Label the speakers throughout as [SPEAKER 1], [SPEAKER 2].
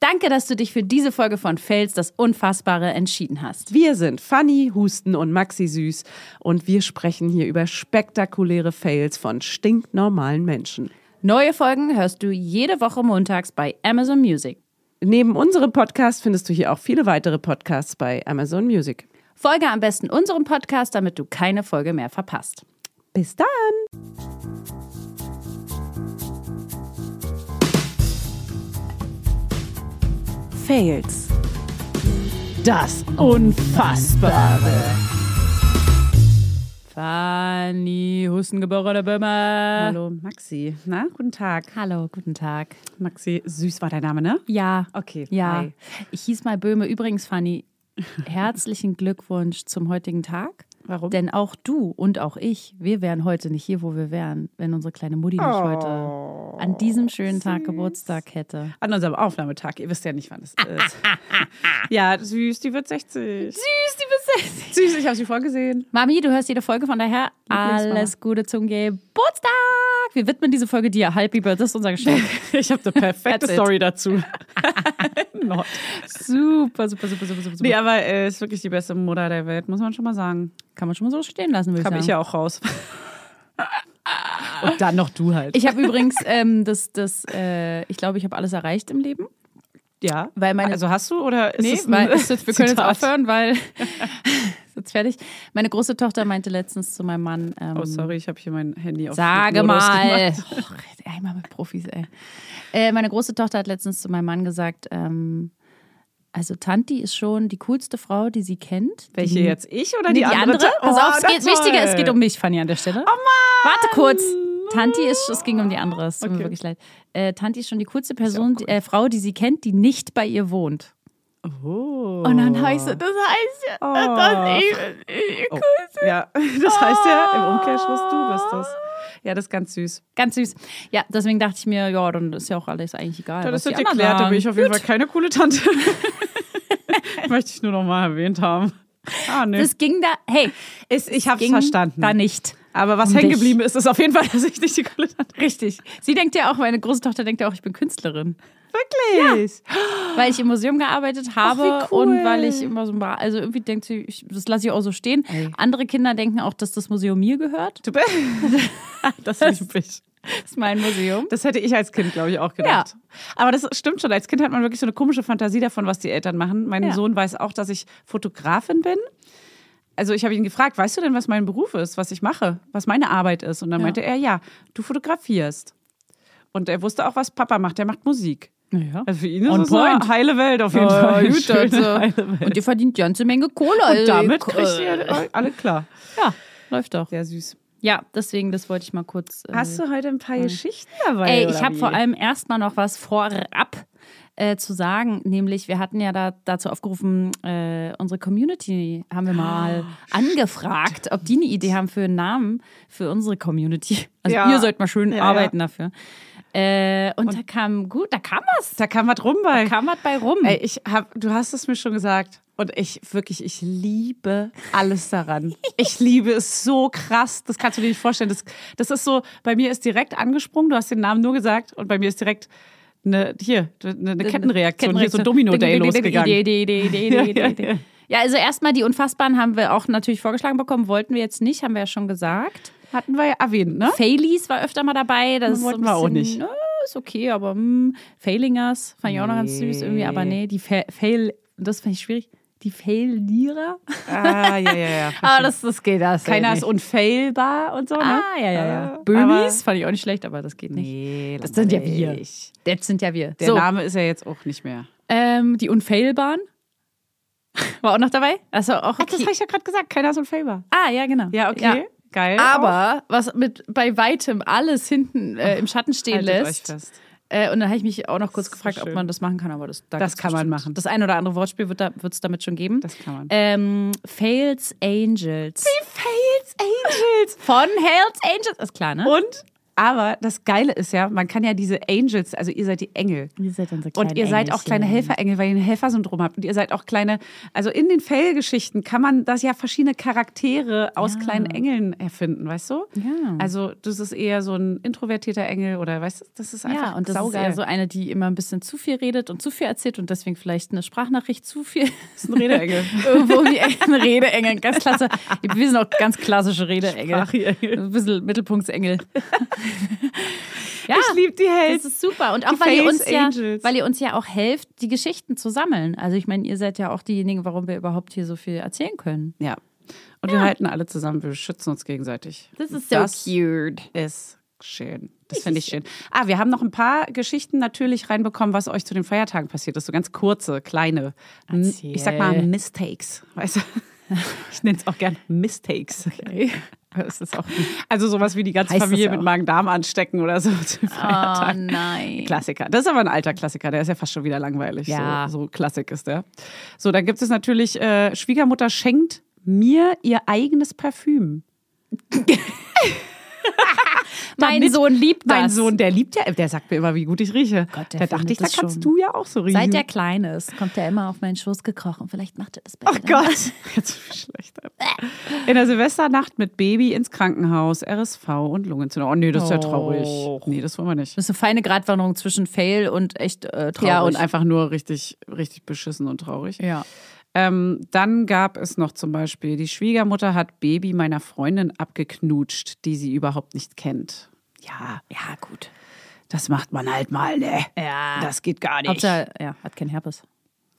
[SPEAKER 1] Danke, dass du dich für diese Folge von Fels das Unfassbare entschieden hast.
[SPEAKER 2] Wir sind Fanny, Husten und Maxi Süß und wir sprechen hier über spektakuläre Fails von stinknormalen Menschen.
[SPEAKER 1] Neue Folgen hörst du jede Woche montags bei Amazon Music.
[SPEAKER 2] Neben unserem Podcast findest du hier auch viele weitere Podcasts bei Amazon Music.
[SPEAKER 1] Folge am besten unserem Podcast, damit du keine Folge mehr verpasst.
[SPEAKER 2] Bis dann!
[SPEAKER 1] Fails.
[SPEAKER 2] Das Unfassbare.
[SPEAKER 1] Fanny Hustengebauer der Böhmer.
[SPEAKER 2] Hallo Maxi. Na, guten Tag.
[SPEAKER 1] Hallo, guten Tag.
[SPEAKER 2] Maxi, süß war dein Name, ne?
[SPEAKER 1] Ja.
[SPEAKER 2] Okay,
[SPEAKER 1] Ja.
[SPEAKER 2] hi.
[SPEAKER 1] Ich hieß mal Böhme. Übrigens, Fanny, herzlichen Glückwunsch zum heutigen Tag.
[SPEAKER 2] Warum?
[SPEAKER 1] Denn auch du und auch ich, wir wären heute nicht hier, wo wir wären, wenn unsere kleine Mutti nicht heute an diesem schönen Tag Geburtstag hätte.
[SPEAKER 2] An unserem Aufnahmetag. Ihr wisst ja nicht, wann
[SPEAKER 1] Ah,
[SPEAKER 2] es ist. ja, süß, die wird 60.
[SPEAKER 1] Süß, die besetzt.
[SPEAKER 2] Süß, ich habe sie vorgesehen.
[SPEAKER 1] Mami, du hörst jede Folge, von daher alles Gute zum Geburtstag. Wir widmen diese Folge dir. Happy Birthday das ist unser Geschenk.
[SPEAKER 2] Ich habe eine perfekte
[SPEAKER 1] That's it.
[SPEAKER 2] Story dazu. Not.
[SPEAKER 1] super, super, super, super, super.
[SPEAKER 2] Nee, aber äh, ist wirklich die beste Mutter der Welt, muss man schon mal sagen.
[SPEAKER 1] Kann man schon mal so stehen lassen, würde ich
[SPEAKER 2] Kam
[SPEAKER 1] sagen.
[SPEAKER 2] ich ja auch raus. Und dann noch du halt.
[SPEAKER 1] Ich habe übrigens ähm, das, das äh, ich glaube, ich habe alles erreicht im Leben.
[SPEAKER 2] ja.
[SPEAKER 1] Weil meine-
[SPEAKER 2] also hast du oder ist
[SPEAKER 1] Nee,
[SPEAKER 2] es ein
[SPEAKER 1] weil, ist jetzt, wir können jetzt
[SPEAKER 2] Zitat?
[SPEAKER 1] aufhören, weil ist jetzt fertig. Meine große Tochter meinte letztens zu meinem Mann, ähm,
[SPEAKER 2] Oh, sorry, ich habe hier mein Handy auf
[SPEAKER 1] sage
[SPEAKER 2] Flugmodus
[SPEAKER 1] mal,
[SPEAKER 2] gemacht.
[SPEAKER 1] Och, einmal mit Profis, ey. Äh, meine große Tochter hat letztens zu meinem Mann gesagt, ähm, also Tanti ist schon die coolste Frau, die sie kennt.
[SPEAKER 2] Welche
[SPEAKER 1] die,
[SPEAKER 2] jetzt? Ich oder
[SPEAKER 1] Nee,
[SPEAKER 2] die,
[SPEAKER 1] die andere?
[SPEAKER 2] Oh,
[SPEAKER 1] Pass auf, es
[SPEAKER 2] na
[SPEAKER 1] geht wichtiger, es geht
[SPEAKER 2] toll.
[SPEAKER 1] um mich, Fanny, an der Stelle. Oh Mann! Warte kurz. Tanti ist, es ging um die andere, es tut mir
[SPEAKER 2] Okay.
[SPEAKER 1] wirklich leid. Äh, Tanti ist schon die coolste Person, die, äh, Frau, die sie kennt, die nicht bei ihr wohnt.
[SPEAKER 2] Oh.
[SPEAKER 1] Und dann heißt es, das heißt ja, dass ich, ich
[SPEAKER 2] Oh.
[SPEAKER 1] um
[SPEAKER 2] Ja, das heißt ja im Umkehrschluss, du bist es.
[SPEAKER 1] Oh.
[SPEAKER 2] Ja, das ist ganz süß.
[SPEAKER 1] Ganz süß. Ja, deswegen dachte ich mir, ja, dann ist ja auch alles eigentlich egal.
[SPEAKER 2] das
[SPEAKER 1] was
[SPEAKER 2] wird
[SPEAKER 1] die anderen
[SPEAKER 2] geklärt, da bin ich
[SPEAKER 1] sagen.
[SPEAKER 2] auf jeden Fall keine coole Tante. Möchte ich nur noch mal erwähnt haben. Ah, nee.
[SPEAKER 1] Das ging da, hey,
[SPEAKER 2] ist, ich habe
[SPEAKER 1] ging da nicht.
[SPEAKER 2] Aber was
[SPEAKER 1] um
[SPEAKER 2] hängen
[SPEAKER 1] dich.
[SPEAKER 2] geblieben ist, ist auf jeden Fall, dass ich nicht die coole Tante
[SPEAKER 1] Richtig. Sie denkt ja auch, meine große Tochter denkt ja auch, ich bin Künstlerin.
[SPEAKER 2] Wirklich?
[SPEAKER 1] Weil ich im Museum gearbeitet habe
[SPEAKER 2] wie cool.
[SPEAKER 1] und weil ich immer so ein paar, also irgendwie denkt sie, ich, das lasse ich auch so stehen. Andere Kinder denken auch, dass das Museum mir gehört.
[SPEAKER 2] Du bist. Das liebe ich.
[SPEAKER 1] Das ist mein Museum.
[SPEAKER 2] Das hätte ich als Kind, glaube ich, auch gedacht. Aber das stimmt schon. Als Kind hat man wirklich so eine komische Fantasie davon, was die Eltern machen. Mein
[SPEAKER 1] Ja.
[SPEAKER 2] Sohn weiß auch, dass ich Fotografin bin. Also ich habe ihn gefragt, weißt du denn, was mein Beruf ist, was ich mache, was meine Arbeit ist? Und dann
[SPEAKER 1] Ja.
[SPEAKER 2] meinte er, ja, du fotografierst. Und er wusste auch, was Papa macht. Der macht Musik.
[SPEAKER 1] Naja.
[SPEAKER 2] Also für ihn ist
[SPEAKER 1] On
[SPEAKER 2] es eine
[SPEAKER 1] point.
[SPEAKER 2] heile Welt auf jeden
[SPEAKER 1] Ja,
[SPEAKER 2] Fall.
[SPEAKER 1] gut,
[SPEAKER 2] Schöne heile
[SPEAKER 1] also.
[SPEAKER 2] Welt.
[SPEAKER 1] Und ihr verdient ganze Menge Kohle.
[SPEAKER 2] Und
[SPEAKER 1] also
[SPEAKER 2] damit
[SPEAKER 1] ihr-
[SPEAKER 2] kriegt ihr alle klar.
[SPEAKER 1] Ja, läuft doch.
[SPEAKER 2] Sehr süß.
[SPEAKER 1] Ja, deswegen, das wollte ich mal kurz. Äh,
[SPEAKER 2] Hast du heute ein paar Geschichten dabei?
[SPEAKER 1] ey,
[SPEAKER 2] oder
[SPEAKER 1] ich habe
[SPEAKER 2] wie?
[SPEAKER 1] vor allem erstmal noch was vorab äh, zu sagen, nämlich wir hatten ja da, dazu aufgerufen, äh, unsere Community haben
[SPEAKER 2] Ah,
[SPEAKER 1] wir mal angefragt, ob die eine Idee haben für einen Namen für unsere Community. Also
[SPEAKER 2] Ja.
[SPEAKER 1] ihr sollt mal schön
[SPEAKER 2] Ja,
[SPEAKER 1] arbeiten dafür. Äh, und, da kam gut, da kam was,
[SPEAKER 2] Da kam was rum bei.
[SPEAKER 1] da kam was bei rum.
[SPEAKER 2] Ey, ich hab, du hast es mir schon gesagt. Und ich wirklich, ich liebe alles daran. Ich liebe es so krass. Das kannst du dir nicht vorstellen. Das, das ist so, bei mir ist direkt angesprungen. Du hast den Namen nur gesagt. Und bei mir ist direkt eine, hier, eine, eine Kettenreaktion, Hier so ein Domino-Day
[SPEAKER 1] Ding, ding, ding, ding,
[SPEAKER 2] losgegangen.
[SPEAKER 1] Idee, Idee, Idee, Idee,
[SPEAKER 2] Ja,
[SPEAKER 1] Idee, Idee. Ja, also erstmal die Unfassbaren haben wir auch natürlich vorgeschlagen bekommen, wollten wir jetzt nicht, haben wir ja schon gesagt.
[SPEAKER 2] Hatten wir ja erwähnt, ne?
[SPEAKER 1] Failies war öfter mal dabei. Das
[SPEAKER 2] Wollten
[SPEAKER 1] ist so ein
[SPEAKER 2] wir auch
[SPEAKER 1] bisschen, äh, ist okay, aber hm, Failingers fand ich auch noch ganz süß irgendwie, aber nee, die Fa Fail, das fand ich schwierig. Die Failierer.
[SPEAKER 2] Ah, ja, ja, ja.
[SPEAKER 1] Ah, das, das geht das.
[SPEAKER 2] Keiner ist
[SPEAKER 1] nicht.
[SPEAKER 2] unfailbar und so, ne?
[SPEAKER 1] Ah, ja, ja, ja.
[SPEAKER 2] Äh,
[SPEAKER 1] Böhmis fand ich auch nicht schlecht, aber das geht
[SPEAKER 2] aber-
[SPEAKER 1] nicht.
[SPEAKER 2] Nee,
[SPEAKER 1] Das sind ja wir.
[SPEAKER 2] langweilig.
[SPEAKER 1] Das sind ja wir.
[SPEAKER 2] Der
[SPEAKER 1] so,
[SPEAKER 2] Name ist ja jetzt auch nicht mehr.
[SPEAKER 1] ähm, die Unfailbaren war auch noch dabei. Also auch
[SPEAKER 2] Ach, das
[SPEAKER 1] okay.
[SPEAKER 2] habe ich ja gerade gesagt. Keiner ist unfailbar.
[SPEAKER 1] Ah, ja, genau.
[SPEAKER 2] Ja, okay. Geil.
[SPEAKER 1] Aber was mit bei weitem alles hinten äh, im Schatten stehen
[SPEAKER 2] Haltet euch
[SPEAKER 1] lässt.
[SPEAKER 2] fest.
[SPEAKER 1] Äh, und dann habe ich mich auch noch kurz
[SPEAKER 2] ist so
[SPEAKER 1] gefragt, ob
[SPEAKER 2] schön.
[SPEAKER 1] man das machen kann, aber das, da
[SPEAKER 2] Das
[SPEAKER 1] gibt's
[SPEAKER 2] kann man
[SPEAKER 1] bestimmt-
[SPEAKER 2] machen.
[SPEAKER 1] Das ein oder andere Wortspiel wird es damit schon geben.
[SPEAKER 2] Das kann man.
[SPEAKER 1] Ähm, Fails Angels.
[SPEAKER 2] Fails Angels.
[SPEAKER 1] Von Hells Angels, ist klar, ne?
[SPEAKER 2] Und Aber das Geile ist ja, man kann ja diese Angels, also ihr seid die Engel.
[SPEAKER 1] Ihr seid unsere kleinen
[SPEAKER 2] Und ihr seid auch kleine
[SPEAKER 1] Engelchen.
[SPEAKER 2] Helferengel, weil ihr ein Helfersyndrom habt. Und ihr seid auch kleine, also in den Fellgeschichten kann man das ja verschiedene Charaktere aus kleinen Engeln erfinden, weißt du?
[SPEAKER 1] Ja.
[SPEAKER 2] Also das ist eher so ein introvertierter Engel oder weißt du, das ist einfach
[SPEAKER 1] Ja, und das
[SPEAKER 2] saugeil.
[SPEAKER 1] ist eher so eine, die immer ein bisschen zu viel redet und zu viel erzählt und deswegen vielleicht eine Sprachnachricht zu viel.
[SPEAKER 2] Das ist ein Redeengel.
[SPEAKER 1] Irgendwo wie ein Redeengel, ganz klasse. Wir sind auch ganz klassische Redeengel.
[SPEAKER 2] Sprachiengel.
[SPEAKER 1] Ein bisschen Mittelpunktsengel. ja,
[SPEAKER 2] Ich liebe die
[SPEAKER 1] das
[SPEAKER 2] Helden.
[SPEAKER 1] ist super. Und auch
[SPEAKER 2] Die
[SPEAKER 1] weil ihr,
[SPEAKER 2] Face
[SPEAKER 1] uns ja,
[SPEAKER 2] Angels.
[SPEAKER 1] weil ihr uns ja auch helft, die Geschichten zu sammeln. Also ich meine, ihr seid ja auch diejenigen, warum wir überhaupt hier so viel erzählen können.
[SPEAKER 2] Ja. Und wir halten alle zusammen, wir schützen uns gegenseitig.
[SPEAKER 1] Das ist so
[SPEAKER 2] Das
[SPEAKER 1] cute.
[SPEAKER 2] ist schön. Das finde ich schön. Ah, wir haben noch ein paar Geschichten natürlich reinbekommen, was euch zu den Feiertagen passiert ist. So ganz kurze, kleine, m-
[SPEAKER 1] Erzähl.
[SPEAKER 2] ich sag mal Mistakes. Weißt du? Ich nenne es auch gern Mistakes.
[SPEAKER 1] Das ist auch
[SPEAKER 2] Also sowas wie die ganze
[SPEAKER 1] Heißt das
[SPEAKER 2] Familie
[SPEAKER 1] auch?
[SPEAKER 2] mit Magen-Darm anstecken oder so zu den
[SPEAKER 1] Oh
[SPEAKER 2] Feiertagen.
[SPEAKER 1] nein.
[SPEAKER 2] Klassiker. Das ist aber ein alter Klassiker, der ist ja fast schon wieder langweilig.
[SPEAKER 1] Ja.
[SPEAKER 2] So, so Klassik ist der. So, dann gibt es natürlich, äh, Schwiegermutter schenkt mir ihr eigenes Parfüm.
[SPEAKER 1] Mein
[SPEAKER 2] Damit-
[SPEAKER 1] Sohn liebt das.
[SPEAKER 2] Mein Sohn, der liebt ja, der sagt mir immer, wie gut ich rieche.
[SPEAKER 1] Gott, der
[SPEAKER 2] der da dachte
[SPEAKER 1] findet
[SPEAKER 2] ich, da
[SPEAKER 1] das
[SPEAKER 2] kannst
[SPEAKER 1] schon.
[SPEAKER 2] du ja auch so riechen.
[SPEAKER 1] Seit er klein ist, kommt er immer auf meinen Schoß gekrochen. Vielleicht macht er das bei
[SPEAKER 2] Oh Gott, jetzt bin ich schlecht. In der Silvesternacht mit Baby ins Krankenhaus, RSV und Lungenentzündung. Oh nee, das ist ja traurig.
[SPEAKER 1] Oh.
[SPEAKER 2] Nee, das wollen wir nicht.
[SPEAKER 1] Das ist eine feine Gratwanderung zwischen Fail und echt äh, traurig.
[SPEAKER 2] Ja, und einfach nur richtig, richtig beschissen und traurig.
[SPEAKER 1] Ja.
[SPEAKER 2] Ähm, dann gab es noch zum Beispiel, die Schwiegermutter hat Baby meiner Freundin abgeknutscht, die sie überhaupt nicht kennt. Ja,
[SPEAKER 1] Ja, gut.
[SPEAKER 2] das macht man halt mal, ne?
[SPEAKER 1] Ja.
[SPEAKER 2] Das geht gar nicht.
[SPEAKER 1] Hauptsache, ja, hat kein Herpes.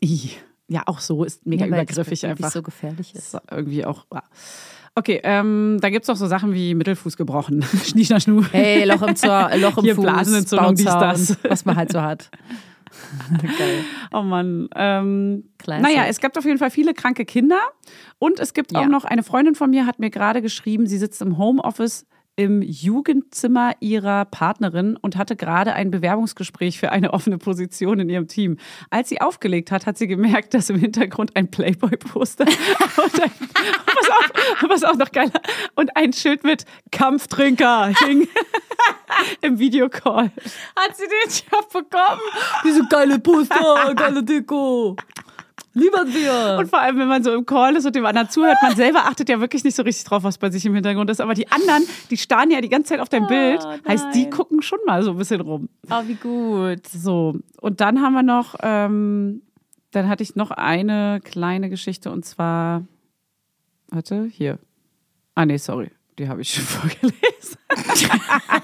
[SPEAKER 2] I. Ja, auch so ist mega
[SPEAKER 1] Ja, weil das
[SPEAKER 2] übergriffig
[SPEAKER 1] wirklich
[SPEAKER 2] einfach.
[SPEAKER 1] so gefährlich
[SPEAKER 2] Das
[SPEAKER 1] ist.
[SPEAKER 2] ist irgendwie auch. ah. Okay, ähm, da gibt es auch so Sachen wie Mittelfuß gebrochen, Schnieschnaschnu.
[SPEAKER 1] Hey, Loch im, Zor, Loch im
[SPEAKER 2] Hier
[SPEAKER 1] Fuß,
[SPEAKER 2] Blasenentzündung, dies,
[SPEAKER 1] Bouncer
[SPEAKER 2] das.
[SPEAKER 1] und was man halt so hat.
[SPEAKER 2] Oh Mann. Ähm,
[SPEAKER 1] Classic.
[SPEAKER 2] naja, es gibt auf jeden Fall viele kranke Kinder. Und es gibt
[SPEAKER 1] Ja.
[SPEAKER 2] auch noch eine Freundin von mir, hat mir gerade geschrieben, sie sitzt im Homeoffice im Jugendzimmer ihrer Partnerin und hatte gerade ein Bewerbungsgespräch für eine offene Position in ihrem Team. Als sie aufgelegt hat, hat sie gemerkt, dass im Hintergrund ein Playboy-Poster und ein, pass auf, pass auf, noch geiler, und ein Schild mit Kampftrinker hing im Videocall.
[SPEAKER 1] Hat sie den Job bekommen? Diese geile Poster, geile Deko. Lieben wir.
[SPEAKER 2] Und vor allem, wenn man so im Call ist und dem anderen zuhört, man selber achtet ja wirklich nicht so richtig drauf, was bei sich im Hintergrund ist. Aber die anderen, die starren ja die ganze Zeit auf dein Bild. Heißt, die
[SPEAKER 1] nein.
[SPEAKER 2] gucken schon mal so ein bisschen rum.
[SPEAKER 1] oh, wie gut.
[SPEAKER 2] So, und dann haben wir noch, ähm, dann hatte ich noch eine kleine Geschichte und zwar, warte, hier. Ah, nee, sorry, die habe ich schon vorgelesen.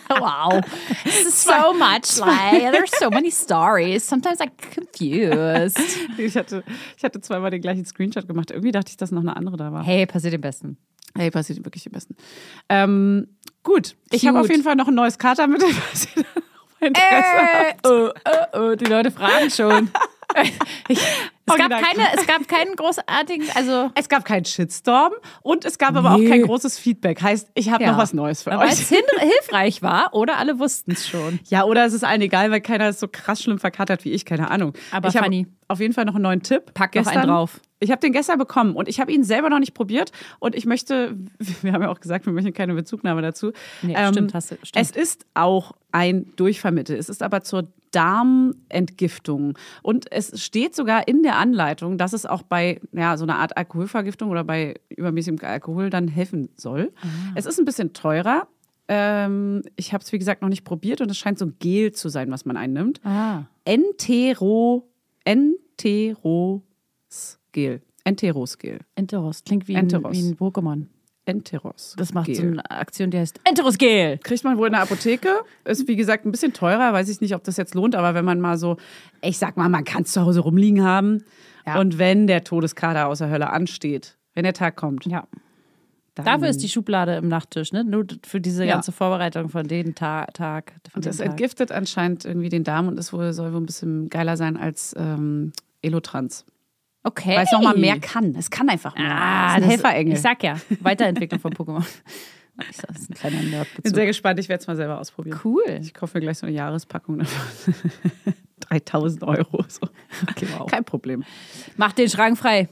[SPEAKER 1] Wow. This is so much like there's so many stories. Sometimes I'm confused.
[SPEAKER 2] Ich hatte, ich hatte zweimal den gleichen Screenshot gemacht. Irgendwie dachte ich, dass noch eine andere da war.
[SPEAKER 1] Hey, passiert am besten.
[SPEAKER 2] Hey, passiert wirklich am besten. Ähm, gut, ich habe
[SPEAKER 1] Cute. Äh,
[SPEAKER 2] auf jeden Fall noch ein neues Katermittel, was ihr da auf Interesse habt.
[SPEAKER 1] oh, oh, oh, die Leute fragen schon. Ich, es, gab
[SPEAKER 2] Original.
[SPEAKER 1] keine, es gab keinen großartigen, also
[SPEAKER 2] Es gab keinen Shitstorm und es gab aber auch
[SPEAKER 1] Nee.
[SPEAKER 2] kein großes Feedback. Heißt, ich habe
[SPEAKER 1] Ja.
[SPEAKER 2] noch was Neues für
[SPEAKER 1] weil es
[SPEAKER 2] euch.
[SPEAKER 1] hin, hilfreich war oder alle wussten es schon.
[SPEAKER 2] Ja, oder es ist allen egal, weil keiner ist so krass schlimm verkatert wie ich, keine Ahnung.
[SPEAKER 1] Aber
[SPEAKER 2] ich habe
[SPEAKER 1] funny.
[SPEAKER 2] Auf jeden Fall noch einen neuen Tipp.
[SPEAKER 1] Pack noch einen drauf.
[SPEAKER 2] Ich habe den gestern bekommen und ich habe ihn selber noch nicht probiert und ich möchte, wir haben ja auch gesagt, wir möchten keine Bezugnahme dazu. Ähm,
[SPEAKER 1] Nee, stimmt, hast du- stimmt.
[SPEAKER 2] Es ist auch ein Durchvermittel. Es ist aber zur Darmentgiftung. Und es steht sogar in der Anleitung, dass es auch bei ja, so einer Art Alkoholvergiftung oder bei übermäßigem Alkohol dann helfen soll.
[SPEAKER 1] Ah.
[SPEAKER 2] Es ist ein bisschen teurer. Ähm, ich habe es, wie gesagt, noch nicht probiert und es scheint so ein Gel zu sein, was man einnimmt.
[SPEAKER 1] Ah.
[SPEAKER 2] Entero, Enterosgel. Enterosgel.
[SPEAKER 1] Enteros klingt wie,
[SPEAKER 2] Enteros.
[SPEAKER 1] Ein, wie ein Pokémon.
[SPEAKER 2] Enteros.
[SPEAKER 1] Das macht
[SPEAKER 2] Gel.
[SPEAKER 1] so eine Aktion, die heißt Enteros Gel.
[SPEAKER 2] Kriegt man wohl in der Apotheke. Ist wie gesagt ein bisschen teurer. Weiß ich nicht, ob das jetzt lohnt, aber wenn man mal so, ich sag mal, man kann es zu Hause rumliegen haben.
[SPEAKER 1] Ja.
[SPEAKER 2] Und wenn der Todeskader aus der Hölle ansteht, wenn der Tag kommt,
[SPEAKER 1] Ja.
[SPEAKER 2] dann
[SPEAKER 1] Dafür ist die Schublade im Nachttisch, ne? Nur für diese
[SPEAKER 2] Ja.
[SPEAKER 1] ganze Vorbereitung von den Ta Tag. Von
[SPEAKER 2] das
[SPEAKER 1] dem Tag.
[SPEAKER 2] entgiftet anscheinend irgendwie den Darm und ist wohl, soll wohl ein bisschen geiler sein als ähm, Elotrans.
[SPEAKER 1] Okay.
[SPEAKER 2] Weil es nochmal mehr kann. Es kann einfach mehr.
[SPEAKER 1] Ah,
[SPEAKER 2] es ist ein
[SPEAKER 1] das-
[SPEAKER 2] Helferengel.
[SPEAKER 1] Ich sag ja, Weiterentwicklung von Pokémon. Ich sag, das ist ein kleiner
[SPEAKER 2] bin
[SPEAKER 1] Nerd
[SPEAKER 2] sehr gespannt. Ich werde es mal selber ausprobieren.
[SPEAKER 1] Cool.
[SPEAKER 2] Ich kaufe mir gleich so eine Jahrespackung davon. 3000 Euro. So.
[SPEAKER 1] Okay, wow.
[SPEAKER 2] Kein Problem.
[SPEAKER 1] Macht den Schrank frei,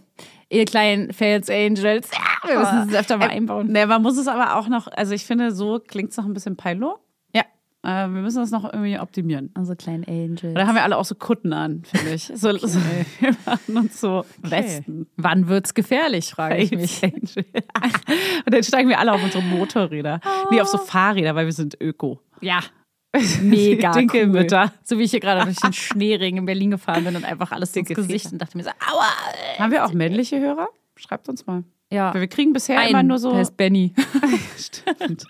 [SPEAKER 1] ihr kleinen Fails Angels. Ja, Ah, wir müssen es öfter mal
[SPEAKER 2] Äh,
[SPEAKER 1] einbauen.
[SPEAKER 2] Nee, man muss es aber auch noch, also ich finde, so klingt es noch ein bisschen peilo.
[SPEAKER 1] Ja.
[SPEAKER 2] Äh, wir müssen das noch irgendwie optimieren.
[SPEAKER 1] Unsere kleinen Angels.
[SPEAKER 2] Da haben wir alle auch so Kutten an, finde ich. So, so, wir machen uns so Westen.
[SPEAKER 1] Wann wird's gefährlich, frage ich mich.
[SPEAKER 2] Fates Angel. Und dann steigen wir alle auf unsere Motorräder. Nee, auf
[SPEAKER 1] Ah.
[SPEAKER 2] so Fahrräder, weil wir sind Öko.
[SPEAKER 1] Ja. Mega cool.
[SPEAKER 2] Dinkelmütter.
[SPEAKER 1] So wie ich hier gerade durch den Schneering in Berlin gefahren bin und einfach alles ins Gesicht und dachte mir so, aua.
[SPEAKER 2] Haben wir auch männliche Hörer? Schreibt uns mal.
[SPEAKER 1] Äh, Ja,
[SPEAKER 2] Weil wir kriegen bisher
[SPEAKER 1] ein,
[SPEAKER 2] immer nur so.
[SPEAKER 1] der ist Benny.
[SPEAKER 2] stimmt.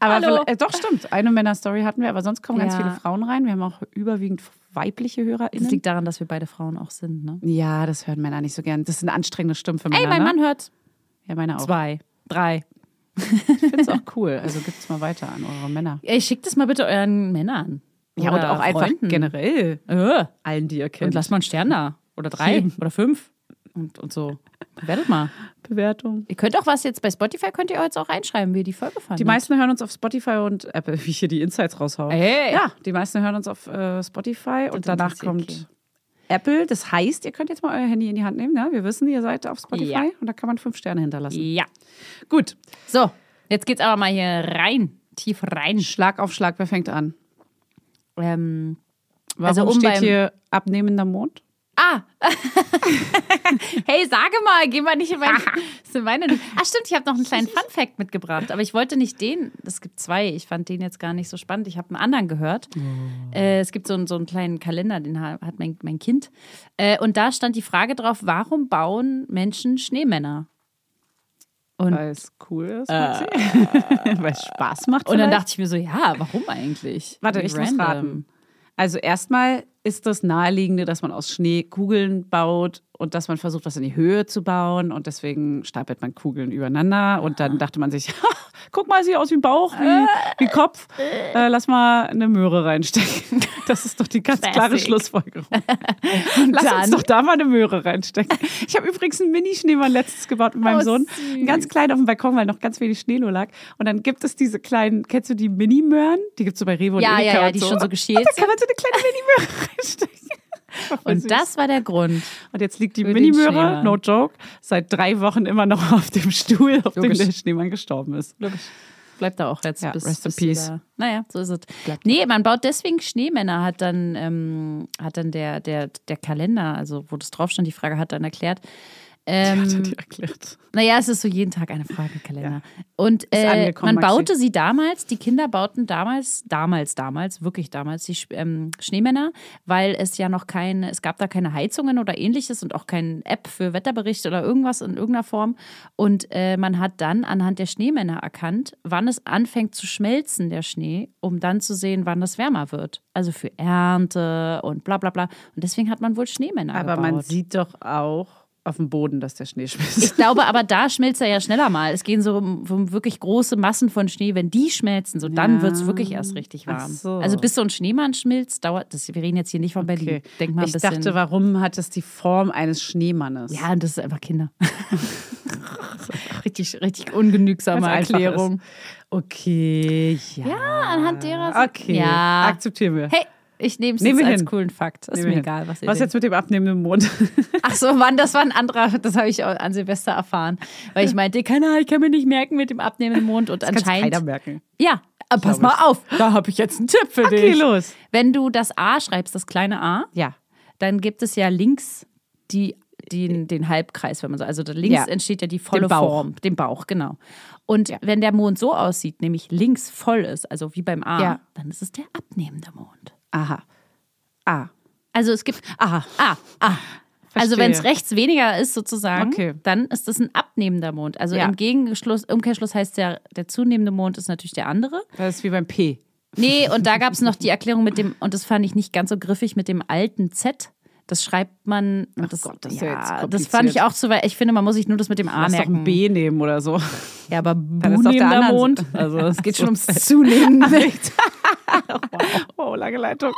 [SPEAKER 2] Aber
[SPEAKER 1] Hallo.
[SPEAKER 2] vielleicht- äh, doch, stimmt. Eine Männerstory hatten wir, aber sonst kommen ganz
[SPEAKER 1] Ja.
[SPEAKER 2] viele Frauen rein. Wir haben auch überwiegend weibliche HörerInnen.
[SPEAKER 1] Das liegt daran, dass wir beide Frauen auch sind, ne?
[SPEAKER 2] ja, das hören Männer nicht so gern. Das sind anstrengende Stimmen für Männer.
[SPEAKER 1] Ey, mein
[SPEAKER 2] ne?
[SPEAKER 1] Mann hört
[SPEAKER 2] Ja, meine auch.
[SPEAKER 1] zwei, drei.
[SPEAKER 2] Ich finde es auch cool. Also gibt's mal weiter an eure Männer.
[SPEAKER 1] Ey, schickt es mal bitte euren Männern.
[SPEAKER 2] Ja, und
[SPEAKER 1] Oder
[SPEAKER 2] auch einfach
[SPEAKER 1] Freunden.
[SPEAKER 2] generell
[SPEAKER 1] Äh,
[SPEAKER 2] allen, die ihr
[SPEAKER 1] und
[SPEAKER 2] kennt.
[SPEAKER 1] lasst mal einen Stern da. Oder drei oder fünf. Und, und so. Werdet mal.
[SPEAKER 2] Bewertung.
[SPEAKER 1] Ihr könnt auch was jetzt bei Spotify, könnt ihr jetzt auch reinschreiben, wie ihr die Folge fandet.
[SPEAKER 2] Die meisten hören uns auf Spotify und Apple, wie ich hier die Insights raushaue.
[SPEAKER 1] Ey.
[SPEAKER 2] Ja, die meisten hören uns auf äh, Spotify und
[SPEAKER 1] Das
[SPEAKER 2] danach
[SPEAKER 1] interessiert
[SPEAKER 2] kommt
[SPEAKER 1] keinen.
[SPEAKER 2] Apple. Das heißt, ihr könnt jetzt mal euer Handy in die Hand nehmen. Ne? Wir wissen, ihr seid auf Spotify
[SPEAKER 1] Ja.
[SPEAKER 2] und da kann man fünf Sterne hinterlassen.
[SPEAKER 1] Ja.
[SPEAKER 2] Gut,
[SPEAKER 1] So, jetzt geht's aber mal hier rein. Tief rein.
[SPEAKER 2] Schlag auf Schlag, wer fängt an?
[SPEAKER 1] Ähm,
[SPEAKER 2] Warum
[SPEAKER 1] Also, um
[SPEAKER 2] steht
[SPEAKER 1] beim-
[SPEAKER 2] hier abnehmender Mond?
[SPEAKER 1] ah! hey, sage mal, geh mal nicht in meine. Das sind meine ah, stimmt, ich habe noch einen kleinen Fun-Fact mitgebracht. Aber ich wollte nicht den. Es gibt zwei. Ich fand den jetzt gar nicht so spannend. Ich habe einen anderen gehört.
[SPEAKER 2] Oh.
[SPEAKER 1] Äh, es gibt so, einen- so einen kleinen Kalender, den ha- hat mein, mein Kind. Äh, und da stand die Frage drauf: Warum bauen Menschen Schneemänner? Und
[SPEAKER 2] Weil es cool ist, äh, weil es Spaß macht.
[SPEAKER 1] Und dann
[SPEAKER 2] vielleicht?
[SPEAKER 1] dachte ich mir so, ja, warum eigentlich?
[SPEAKER 2] Warte, ich muss raten. Also erstmal ist das naheliegende, dass man aus Schnee Kugeln baut und dass man versucht, was in die Höhe zu bauen und deswegen stapelt man Kugeln übereinander und dann dachte man sich, guck mal, sieht aus wie ein Bauch, wie, wie Kopf, äh, lass mal eine Möhre reinstecken. Das ist doch die ganz klare
[SPEAKER 1] Classic.
[SPEAKER 2] Schlussfolgerung. Lass
[SPEAKER 1] dann-
[SPEAKER 2] uns doch da mal eine Möhre reinstecken. Ich habe übrigens einen Mini-Schneemann letztens gebaut mit meinem
[SPEAKER 1] Oh,
[SPEAKER 2] Sohn.
[SPEAKER 1] süß.
[SPEAKER 2] Ein ganz klein auf dem Balkon, weil noch ganz wenig Schnee nur lag. Und dann gibt es diese kleinen, kennst du die Mini-Möhren? Die gibt es so bei Revo
[SPEAKER 1] Ja,
[SPEAKER 2] und Edeka
[SPEAKER 1] ja, ja,
[SPEAKER 2] und
[SPEAKER 1] die
[SPEAKER 2] so.
[SPEAKER 1] schon so geschält
[SPEAKER 2] Und da kann man so eine kleine Mini-Möhre reinstecken.
[SPEAKER 1] Und das war der Grund.
[SPEAKER 2] und jetzt liegt die
[SPEAKER 1] für den
[SPEAKER 2] Mini-Möhre,
[SPEAKER 1] Schneemann.
[SPEAKER 2] no joke, seit drei Wochen immer noch auf dem Stuhl, auf
[SPEAKER 1] Logisch.
[SPEAKER 2] dem der Schneemann gestorben ist.
[SPEAKER 1] Bleibt da auch jetzt.
[SPEAKER 2] Ja,
[SPEAKER 1] bis,
[SPEAKER 2] rest in
[SPEAKER 1] bis sie
[SPEAKER 2] peace.
[SPEAKER 1] Da, naja, so ist es. Nee, man baut deswegen Schneemänner, hat dann, ähm, hat dann der, der, der Kalender, also wo das drauf stand, die Frage hat dann erklärt. Ähm,
[SPEAKER 2] Hat er dir erklärt.
[SPEAKER 1] Naja, es ist so jeden Tag eine Frage, Kalender. Und äh,
[SPEAKER 2] angekommen,
[SPEAKER 1] man
[SPEAKER 2] Maxi.
[SPEAKER 1] baute sie damals, die Kinder bauten damals, damals, damals, wirklich damals, die Sch- ähm, Schneemänner, weil es ja noch keine, es gab da keine Heizungen oder ähnliches und auch keine App für Wetterberichte oder irgendwas in irgendeiner Form. Und äh, man hat dann anhand der Schneemänner erkannt, wann es anfängt zu schmelzen, der Schnee, um dann zu sehen, wann das wärmer wird. Also für Ernte und bla bla bla. Und deswegen hat man wohl Schneemänner
[SPEAKER 2] Aber
[SPEAKER 1] gebaut.
[SPEAKER 2] man sieht doch auch auf dem Boden, dass der Schnee schmilzt.
[SPEAKER 1] Ich glaube aber, da schmilzt er ja schneller mal. Es gehen so um, um wirklich große Massen von Schnee. Wenn die schmelzen, so dann
[SPEAKER 2] Ja.
[SPEAKER 1] wird es wirklich erst richtig warm.
[SPEAKER 2] so.
[SPEAKER 1] Also bis so ein Schneemann schmilzt, dauert das. Wir reden jetzt hier nicht von Berlin.
[SPEAKER 2] Okay.
[SPEAKER 1] Denk mal ein
[SPEAKER 2] ich
[SPEAKER 1] bisschen.
[SPEAKER 2] dachte, warum hat es die Form eines Schneemannes?
[SPEAKER 1] ja, und das ist einfach Kinder. richtig, richtig ungenügsame
[SPEAKER 2] Ganz einfach
[SPEAKER 1] Erklärung.
[SPEAKER 2] Ist. Okay, ja.
[SPEAKER 1] Ja, anhand derer.
[SPEAKER 2] Ah, Okay,
[SPEAKER 1] Ja.
[SPEAKER 2] akzeptieren wir.
[SPEAKER 1] Hey, ich nehme es
[SPEAKER 2] Nehmen
[SPEAKER 1] jetzt
[SPEAKER 2] wir
[SPEAKER 1] als
[SPEAKER 2] hin.
[SPEAKER 1] coolen Fakt. Ist
[SPEAKER 2] Nehmen
[SPEAKER 1] mir
[SPEAKER 2] wir hin.
[SPEAKER 1] egal, was ihr
[SPEAKER 2] Was
[SPEAKER 1] denkt.
[SPEAKER 2] jetzt mit dem abnehmenden Mond?
[SPEAKER 1] Ach so, Mann, das war ein anderer, das habe ich auch an Silvester erfahren. Weil ich meinte, keine, ich kann mir nicht merken mit dem abnehmenden Mond und
[SPEAKER 2] Kann's
[SPEAKER 1] anscheinend.
[SPEAKER 2] keiner merken.
[SPEAKER 1] Ja, aber pass mal auf, da habe ich jetzt einen Tipp für
[SPEAKER 2] Okay,
[SPEAKER 1] dich.
[SPEAKER 2] los.
[SPEAKER 1] Wenn du das A schreibst, das kleine A,
[SPEAKER 2] Ja.
[SPEAKER 1] dann gibt es ja links die, den, den Halbkreis, wenn man so, also da links
[SPEAKER 2] Ja.
[SPEAKER 1] entsteht ja die volle
[SPEAKER 2] Den Bauch.
[SPEAKER 1] Form, den Bauch, genau. Und wenn der Mond so aussieht, nämlich links voll ist, also wie beim A,
[SPEAKER 2] Ja.
[SPEAKER 1] dann ist es der abnehmende Mond.
[SPEAKER 2] Aha. Ah.
[SPEAKER 1] Also es gibt A, A, A. Also
[SPEAKER 2] Verstehe.
[SPEAKER 1] wenn es rechts weniger ist sozusagen,
[SPEAKER 2] Okay.
[SPEAKER 1] dann ist das ein abnehmender Mond. Also
[SPEAKER 2] Ja.
[SPEAKER 1] im Gegenschluss, Umkehrschluss heißt der, der zunehmende Mond ist natürlich der andere.
[SPEAKER 2] Das ist wie beim P.
[SPEAKER 1] Nee, und da gab es noch die Erklärung mit dem, und das fand ich nicht ganz so griffig, mit dem alten Z. Das schreibt man. und das,
[SPEAKER 2] Gott, das ist ja jetzt
[SPEAKER 1] das
[SPEAKER 2] kompliziert.
[SPEAKER 1] fand ich auch zu, weil ich finde, man muss sich nur das mit dem A
[SPEAKER 2] Lass Ah, doch
[SPEAKER 1] merken.
[SPEAKER 2] ein B nehmen oder so.
[SPEAKER 1] Ja, aber
[SPEAKER 2] ist auf der
[SPEAKER 1] Bunehmender
[SPEAKER 2] anderen
[SPEAKER 1] Mond.
[SPEAKER 2] Seite.
[SPEAKER 1] Also es geht schon ums Zunehmende.
[SPEAKER 2] Oh, lange Leitung.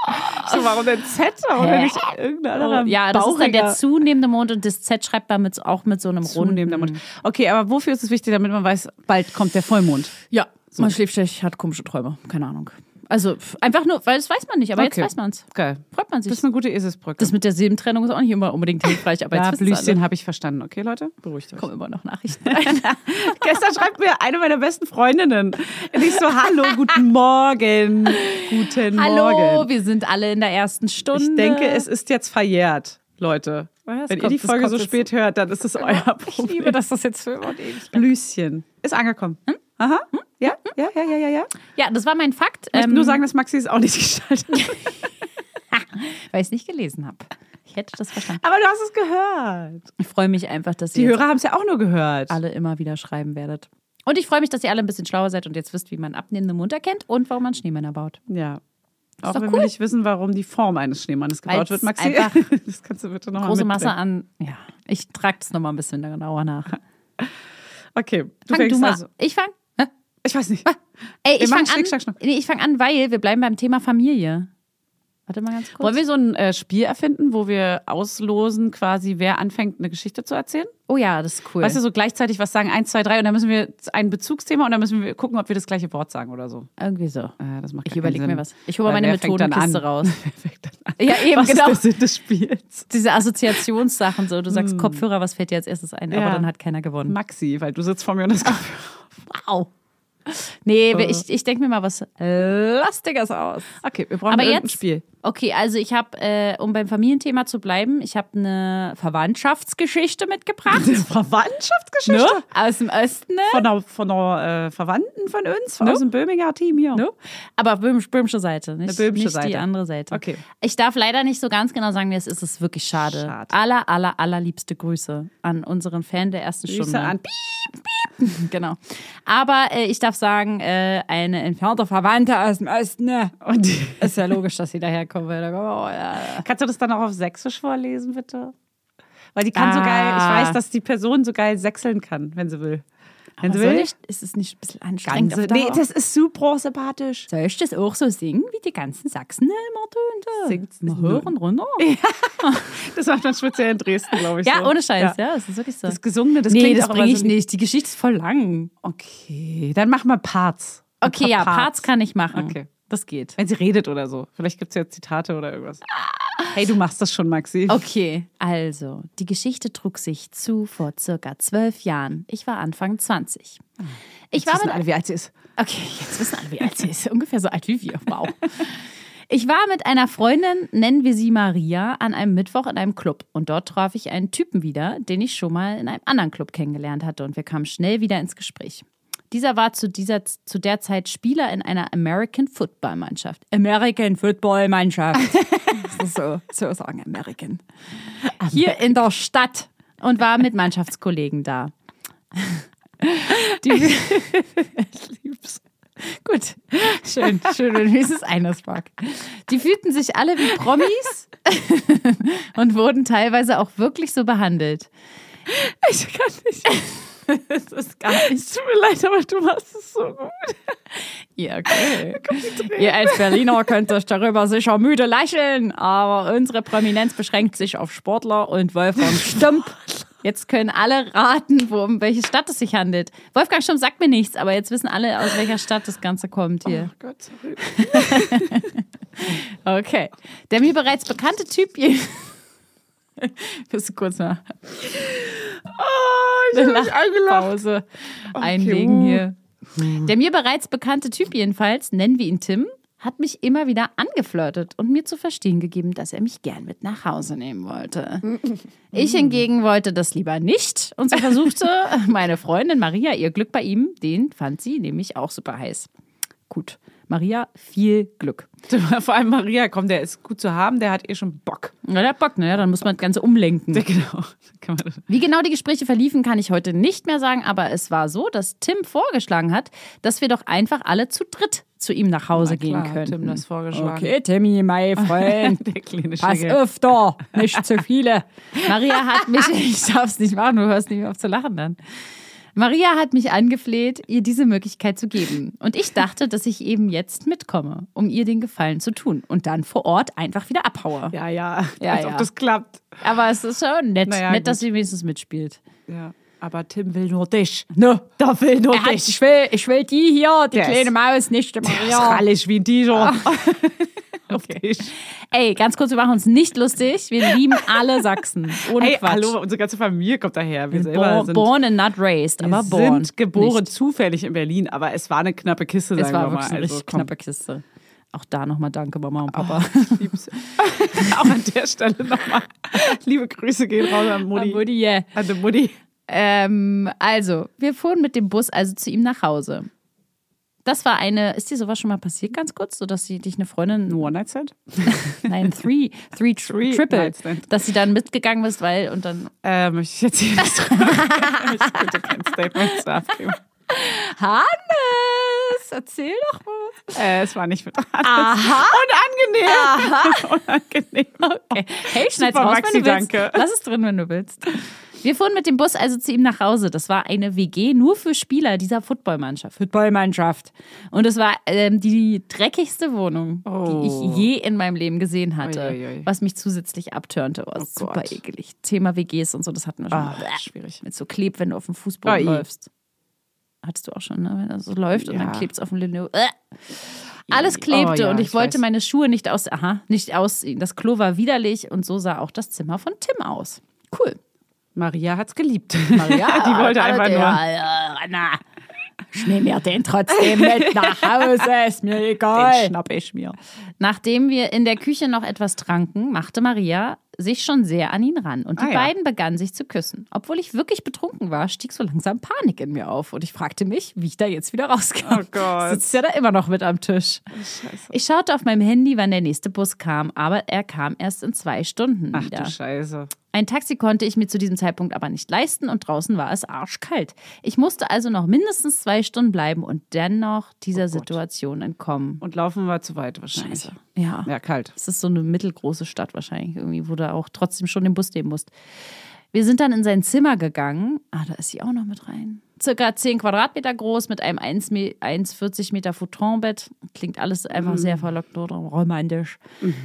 [SPEAKER 2] So, warum denn Z? Warum
[SPEAKER 1] Hä? Oh,
[SPEAKER 2] denn nicht irgendein anderer
[SPEAKER 1] ja, das ist dann der
[SPEAKER 2] bauchiger
[SPEAKER 1] zunehmende Mond und das Z schreibt man mit, auch mit so einem
[SPEAKER 2] zunehmender
[SPEAKER 1] runden.
[SPEAKER 2] Mond? Okay, aber wofür ist es wichtig, damit man weiß, bald kommt der Vollmond?
[SPEAKER 1] Ja, man schläft schlecht, hat komische Träume. Keine Ahnung. Also pff, einfach nur, weil das weiß man nicht, aber
[SPEAKER 2] Okay.
[SPEAKER 1] jetzt weiß man es.
[SPEAKER 2] Geil.
[SPEAKER 1] Freut man sich.
[SPEAKER 2] Das ist
[SPEAKER 1] Das,
[SPEAKER 2] eine gute Eselsbrücke.
[SPEAKER 1] mit der Silbentrennung ist auch nicht immer unbedingt hilfreich, aber
[SPEAKER 2] ja,
[SPEAKER 1] jetzt wissen alle.
[SPEAKER 2] Blüschen habe ich verstanden. Okay, Leute, beruhigt euch.
[SPEAKER 1] kommen immer noch Nachrichten. rein.
[SPEAKER 2] Gestern schreibt mir eine meiner besten Freundinnen. Und ich so, hallo, guten Morgen. Guten
[SPEAKER 1] Hallo,
[SPEAKER 2] Morgen.
[SPEAKER 1] wir sind alle in der ersten Stunde.
[SPEAKER 2] Ich denke, es ist jetzt verjährt, Leute.
[SPEAKER 1] Was? Oh
[SPEAKER 2] Wenn ihr
[SPEAKER 1] Kommt-
[SPEAKER 2] die
[SPEAKER 1] das
[SPEAKER 2] Folge
[SPEAKER 1] kommt
[SPEAKER 2] so
[SPEAKER 1] jetzt-
[SPEAKER 2] spät hört, dann ist es euer Problem.
[SPEAKER 1] Ich liebe, dass das Hm? jetzt für immer und ewig
[SPEAKER 2] Blüschen. Ist angekommen. Aha. Ja, ja, ja, ja, ja, ja.
[SPEAKER 1] Ja, das war mein Fakt.
[SPEAKER 2] Ich
[SPEAKER 1] Hm? Ähm,
[SPEAKER 2] nur sagen, dass Maxi es auch nicht geschaltet hat.
[SPEAKER 1] weil ich es nicht gelesen habe. Ich hätte das verstanden.
[SPEAKER 2] Aber du hast es gehört.
[SPEAKER 1] Ich freue mich einfach, dass
[SPEAKER 2] Die
[SPEAKER 1] ihr jetzt
[SPEAKER 2] Hörer haben es ja auch nur gehört.
[SPEAKER 1] alle immer wieder schreiben werdet. Und ich freue mich, dass ihr alle ein bisschen schlauer seid und jetzt wisst, wie man abnehmende Mund erkennt und warum man Schneemänner baut.
[SPEAKER 2] Ja. Auch
[SPEAKER 1] doch
[SPEAKER 2] wenn
[SPEAKER 1] cool.
[SPEAKER 2] wir nicht wissen, warum die Form eines Schneemannes gebaut
[SPEAKER 1] Weil's
[SPEAKER 2] wird, Maxi.
[SPEAKER 1] einfach
[SPEAKER 2] Das kannst du bitte nochmal
[SPEAKER 1] Große Masse an. Ja, ich trage das nochmal ein bisschen genauer nach.
[SPEAKER 2] Okay, du
[SPEAKER 1] Fang
[SPEAKER 2] fängst
[SPEAKER 1] du mal. Ah,
[SPEAKER 2] also.
[SPEAKER 1] Ich fang. Hä?
[SPEAKER 2] Ich weiß nicht.
[SPEAKER 1] Ey,
[SPEAKER 2] Wir
[SPEAKER 1] ich
[SPEAKER 2] machen
[SPEAKER 1] fang
[SPEAKER 2] Schnick, Schnack,
[SPEAKER 1] an.
[SPEAKER 2] Schnuck.
[SPEAKER 1] Nee, ich fang an, weil wir bleiben beim Thema Familie. Warte mal ganz kurz.
[SPEAKER 2] Wollen wir so ein äh, Spiel erfinden, wo wir auslosen, quasi, wer anfängt, eine Geschichte zu erzählen?
[SPEAKER 1] oh ja, das ist cool.
[SPEAKER 2] Weißt du, so gleichzeitig was sagen, eins, zwei, drei, und dann müssen wir ein Bezugsthema und dann müssen wir gucken, ob wir das gleiche Wort sagen oder so.
[SPEAKER 1] Irgendwie so.
[SPEAKER 2] Äh, das
[SPEAKER 1] Ich
[SPEAKER 2] macht gar keinen
[SPEAKER 1] überlege
[SPEAKER 2] Sinn.
[SPEAKER 1] mir was. Ich hole
[SPEAKER 2] Weil
[SPEAKER 1] meine
[SPEAKER 2] wer fängt dann
[SPEAKER 1] Methodenkiste
[SPEAKER 2] an?
[SPEAKER 1] raus.
[SPEAKER 2] Wer fängt dann an?
[SPEAKER 1] Ja, eben,
[SPEAKER 2] was
[SPEAKER 1] genau.
[SPEAKER 2] ist der Sinn des Spiels?
[SPEAKER 1] Diese Assoziationssachen, so du sagst Kopfhörer, was fällt dir als erstes ein?
[SPEAKER 2] Hm. Ja.
[SPEAKER 1] Aber dann hat keiner gewonnen.
[SPEAKER 2] Maxi, weil du sitzt vor mir und das
[SPEAKER 1] Wow. Nee,
[SPEAKER 2] Äh.
[SPEAKER 1] wir- ich, ich denke mir mal was Lastiges aus.
[SPEAKER 2] Okay, wir brauchen
[SPEAKER 1] Aber
[SPEAKER 2] irgendein
[SPEAKER 1] jetzt-
[SPEAKER 2] Spiel.
[SPEAKER 1] Okay, also ich habe, äh, um beim Familienthema zu bleiben, ich habe eine Verwandtschaftsgeschichte mitgebracht.
[SPEAKER 2] Verwandtschaftsgeschichte?
[SPEAKER 1] ne? Aus dem Osten, ne?
[SPEAKER 2] Von einer, von einer äh, Verwandten von uns, von
[SPEAKER 1] Ne?
[SPEAKER 2] aus dem Böhminger Team hier.
[SPEAKER 1] ne? Aber böhmisch, böhmische Seite, nicht,
[SPEAKER 2] Eine böhmische
[SPEAKER 1] nicht die
[SPEAKER 2] Seite.
[SPEAKER 1] andere Seite.
[SPEAKER 2] Okay.
[SPEAKER 1] Ich darf leider nicht so ganz genau sagen, wie es ist. Es ist wirklich schade.
[SPEAKER 2] Schade.
[SPEAKER 1] Aller, aller, allerliebste Grüße an unseren Fan der ersten
[SPEAKER 2] Grüße
[SPEAKER 1] Stunde.
[SPEAKER 2] an.
[SPEAKER 1] Genau. Aber äh, ich darf sagen, äh, eine entfernte Verwandte aus dem Osten, ne?
[SPEAKER 2] Und
[SPEAKER 1] Ist ja logisch, dass sie daherkommen. weil Da kommen wir- oh, ja.
[SPEAKER 2] Kannst du das dann auch auf Sächsisch vorlesen, bitte? Weil die kann so
[SPEAKER 1] Ah.
[SPEAKER 2] geil, ich weiß, dass die Person so geil sächseln kann, wenn sie will. Wenn sie
[SPEAKER 1] Soll
[SPEAKER 2] will.
[SPEAKER 1] ich, ist es Also nicht ein bisschen anstrengend?
[SPEAKER 2] Ganze,
[SPEAKER 1] auf Dauer?
[SPEAKER 2] nee, das ist super sympathisch.
[SPEAKER 1] soll ich das auch so singen, wie die ganzen Sachsen äh, immer tun?
[SPEAKER 2] Singt-
[SPEAKER 1] mal hören runter.
[SPEAKER 2] Das macht man speziell in Dresden, glaube ich.
[SPEAKER 1] Ja,
[SPEAKER 2] so.
[SPEAKER 1] ohne Scheiß, ja. das ist wirklich so.
[SPEAKER 2] Das Gesungene, das
[SPEAKER 1] nee,
[SPEAKER 2] klingt
[SPEAKER 1] das
[SPEAKER 2] auch
[SPEAKER 1] bringe
[SPEAKER 2] immer
[SPEAKER 1] ich
[SPEAKER 2] so-
[SPEAKER 1] nicht. Die Geschichte ist voll lang.
[SPEAKER 2] Okay, dann mach mal Parts. Ein
[SPEAKER 1] Okay,
[SPEAKER 2] paar
[SPEAKER 1] ja, Parts kann ich machen.
[SPEAKER 2] Okay.
[SPEAKER 1] Das geht.
[SPEAKER 2] Wenn sie redet oder so. Vielleicht gibt es ja Zitate oder irgendwas. Hey, du machst das schon, Maxi.
[SPEAKER 1] Okay, also, die Geschichte trug sich zu vor circa zwölf Jahren. Ich war Anfang 20. Ich war
[SPEAKER 2] Wissen
[SPEAKER 1] mit
[SPEAKER 2] alle, wie alt sie ist.
[SPEAKER 1] Okay, jetzt wissen alle, wie alt sie ist. Ungefähr so alt wie wir. Wow. Ich war mit einer Freundin, nennen wir sie Maria, an einem Mittwoch in einem Club. Und dort traf ich einen Typen wieder, den ich schon mal in einem anderen Club kennengelernt hatte. Und wir kamen schnell wieder ins Gespräch. Dieser war zu, dieser, zu der Zeit Spieler in einer American Football Mannschaft. American Football Mannschaft. Das ist so, so sagen American. Hier in der Stadt. Und war mit Mannschaftskollegen da. Die, Gut, schön, schön, wenn wenigstens einer Spark. Die fühlten sich alle wie Promis und wurden teilweise auch wirklich so behandelt.
[SPEAKER 2] Ich kann nicht. Es ist gar nicht. Es tut mir leid, aber du machst es so gut.
[SPEAKER 1] Ja, okay. Ihr als Berliner könnt euch darüber sicher müde lächeln, aber unsere Prominenz beschränkt sich auf Sportler und Wolfgang Stump. Jetzt können alle raten, wo, um welche Stadt es sich handelt. Wolfgang Stump sagt mir nichts, aber jetzt wissen alle, aus welcher Stadt das Ganze kommt hier.
[SPEAKER 2] Oh Gott, sorry.
[SPEAKER 1] Okay. Der mir bereits bekannte Typ. je- Bist du kurz nach
[SPEAKER 2] Oh, ich
[SPEAKER 1] der
[SPEAKER 2] hab mich eingelacht.
[SPEAKER 1] Lachpause einlegen
[SPEAKER 2] uh.
[SPEAKER 1] hier. Der mir bereits bekannte Typ jedenfalls, nennen wir ihn Tim, hat mich immer wieder angeflirtet und mir zu verstehen gegeben, dass er mich gern mit nach Hause nehmen wollte. Ich hingegen wollte das lieber nicht und so versuchte meine Freundin Maria ihr Glück bei ihm. Den fand sie nämlich auch super heiß. Gut, Maria, viel Glück.
[SPEAKER 2] Vor allem Maria, komm, der ist gut zu haben, der hat eh schon Bock.
[SPEAKER 1] Na, der hat Bock, ne? Dann muss man das Ganze umlenken.
[SPEAKER 2] Genau. Kann man
[SPEAKER 1] Wie genau die Gespräche verliefen, kann ich heute nicht mehr sagen, aber es war so, dass Tim vorgeschlagen hat, dass wir doch einfach alle zu dritt zu ihm nach Hause
[SPEAKER 2] klar,
[SPEAKER 1] gehen
[SPEAKER 2] hat
[SPEAKER 1] könnten.
[SPEAKER 2] Tim das vorgeschlagen.
[SPEAKER 1] Timmy, mein Freund.
[SPEAKER 2] der kleine
[SPEAKER 1] Pass
[SPEAKER 2] Schläger.
[SPEAKER 1] öfter, nicht zu viele. Maria hat mich, ich darf's nicht machen, du hörst nicht mehr auf zu lachen dann. Maria hat mich angefleht, ihr diese Möglichkeit zu geben. Und ich dachte, dass ich eben jetzt mitkomme, um ihr den Gefallen zu tun und dann vor Ort einfach wieder abhaue.
[SPEAKER 2] Ja, ja.
[SPEAKER 1] Ja,
[SPEAKER 2] Als
[SPEAKER 1] ja.
[SPEAKER 2] ob das klappt.
[SPEAKER 1] Aber es ist schon nett,
[SPEAKER 2] Naja,
[SPEAKER 1] nett dass
[SPEAKER 2] gut.
[SPEAKER 1] sie wenigstens mitspielt.
[SPEAKER 2] Ja. aber Tim will nur dich. Ne, da will nur
[SPEAKER 1] Er hat,
[SPEAKER 2] dich.
[SPEAKER 1] ich, will, ich will die hier, die
[SPEAKER 2] Der
[SPEAKER 1] kleine
[SPEAKER 2] ist-
[SPEAKER 1] Maus, nicht die Maria.
[SPEAKER 2] Schrallig wie ein T-Shirt. Auf dich.
[SPEAKER 1] Ey, ganz kurz, wir machen uns nicht lustig. Wir lieben alle Sachsen. Ohne
[SPEAKER 2] Ey,
[SPEAKER 1] Quatsch.
[SPEAKER 2] hallo, unsere ganze Familie kommt daher. Wir selber
[SPEAKER 1] Born,
[SPEAKER 2] sind,
[SPEAKER 1] born and not raised,
[SPEAKER 2] wir
[SPEAKER 1] aber born.
[SPEAKER 2] sind geboren
[SPEAKER 1] Nicht.
[SPEAKER 2] zufällig in Berlin, aber es war eine knappe Kiste, sagen
[SPEAKER 1] Es war
[SPEAKER 2] wir mal.
[SPEAKER 1] wirklich eine
[SPEAKER 2] Also,
[SPEAKER 1] richtig
[SPEAKER 2] komm,
[SPEAKER 1] knappe Kiste. Auch da nochmal danke, Mama und Papa.
[SPEAKER 2] ich lieb's. Auch an der Stelle nochmal. Liebe Grüße gehen raus an Mutti.
[SPEAKER 1] Am Woody, yeah.
[SPEAKER 2] An die Mutti.
[SPEAKER 1] ähm, also, wir fuhren mit dem Bus also zu ihm nach Hause. Das war eine, ist dir sowas schon mal passiert, ganz kurz, so dass sie dich eine Freundin,
[SPEAKER 2] One Night Stand?
[SPEAKER 1] nein, three, three, tr
[SPEAKER 2] Three
[SPEAKER 1] triple,
[SPEAKER 2] Nights then.
[SPEAKER 1] dass sie dann mitgegangen bist, weil, und dann,
[SPEAKER 2] Äh, möchte ich jetzt hier nicht drüber reden. Ich könnte kein Statement zu abgeben.
[SPEAKER 1] Hannes, erzähl doch mal.
[SPEAKER 2] Äh, es war nicht mit Aha. Unangenehm. Unangenehm.
[SPEAKER 1] Okay. Hey, schneid's
[SPEAKER 2] Super,
[SPEAKER 1] raus,
[SPEAKER 2] Maxi,
[SPEAKER 1] wenn du willst.
[SPEAKER 2] danke.
[SPEAKER 1] Lass es drin, wenn du willst. Wir fuhren mit dem Bus also zu ihm nach Hause. Das war eine WG nur für Spieler dieser Footballmannschaft. Footballmannschaft. Und es war ähm, die dreckigste Wohnung, die
[SPEAKER 2] Oh.
[SPEAKER 1] ich je in meinem Leben gesehen hatte.
[SPEAKER 2] Uiuiui.
[SPEAKER 1] Was mich zusätzlich abtörnte. Oh, super
[SPEAKER 2] Gott.
[SPEAKER 1] ekelig. Thema WGs und so, das hatten wir schon
[SPEAKER 2] Ah,
[SPEAKER 1] mal.
[SPEAKER 2] schwierig.
[SPEAKER 1] Mit so klebt, wenn du auf dem Fußboden
[SPEAKER 2] Oh, i.
[SPEAKER 1] läufst. Hattest du auch schon, ne? Wenn das so läuft und
[SPEAKER 2] Ja.
[SPEAKER 1] dann klebt's auf dem Lino. Äh. Alles klebte
[SPEAKER 2] Oh ja,
[SPEAKER 1] und ich,
[SPEAKER 2] ich
[SPEAKER 1] wollte
[SPEAKER 2] weiß.
[SPEAKER 1] meine Schuhe nicht aus, aha, nicht ausziehen. Das Klo war widerlich und so sah auch das Zimmer von Tim aus. Cool.
[SPEAKER 2] Maria hat's geliebt. die
[SPEAKER 1] alle
[SPEAKER 2] wollte einfach
[SPEAKER 1] der,
[SPEAKER 2] nur.
[SPEAKER 1] äh, na, ich nehme mir den trotzdem mit nach Hause, ist mir
[SPEAKER 2] Den
[SPEAKER 1] egal.
[SPEAKER 2] schnapp ich mir.
[SPEAKER 1] Nachdem wir in der Küche noch etwas tranken, machte Maria sich schon sehr an ihn ran und die
[SPEAKER 2] Ah ja.
[SPEAKER 1] beiden begannen sich zu küssen. Obwohl ich wirklich betrunken war, stieg so langsam Panik in mir auf und ich fragte mich, wie ich da jetzt wieder rauskam.
[SPEAKER 2] Oh Gott.
[SPEAKER 1] Sitzt ja da immer noch mit am Tisch. Ich schaute auf meinem Handy, wann der nächste Bus kam, aber er kam erst in zwei Stunden
[SPEAKER 2] Ach
[SPEAKER 1] wieder.
[SPEAKER 2] du Scheiße.
[SPEAKER 1] Ein Taxi konnte ich mir zu diesem Zeitpunkt aber nicht leisten und draußen war es arschkalt. Ich musste also noch mindestens zwei Stunden bleiben und dennoch
[SPEAKER 2] Oh
[SPEAKER 1] dieser Situation entkommen.
[SPEAKER 2] Und laufen war zu weit wahrscheinlich.
[SPEAKER 1] Ja.
[SPEAKER 2] Ja, kalt.
[SPEAKER 1] Es ist so eine mittelgroße Stadt wahrscheinlich irgendwie, wo du auch trotzdem schon den Bus nehmen musst. Wir sind dann in sein Zimmer gegangen. Ah, da ist sie auch noch mit rein. Circa 10 Quadratmeter groß mit einem 1 Me- 1,40 Meter Futonbett. Klingt alles einfach sehr verlockend und romantisch.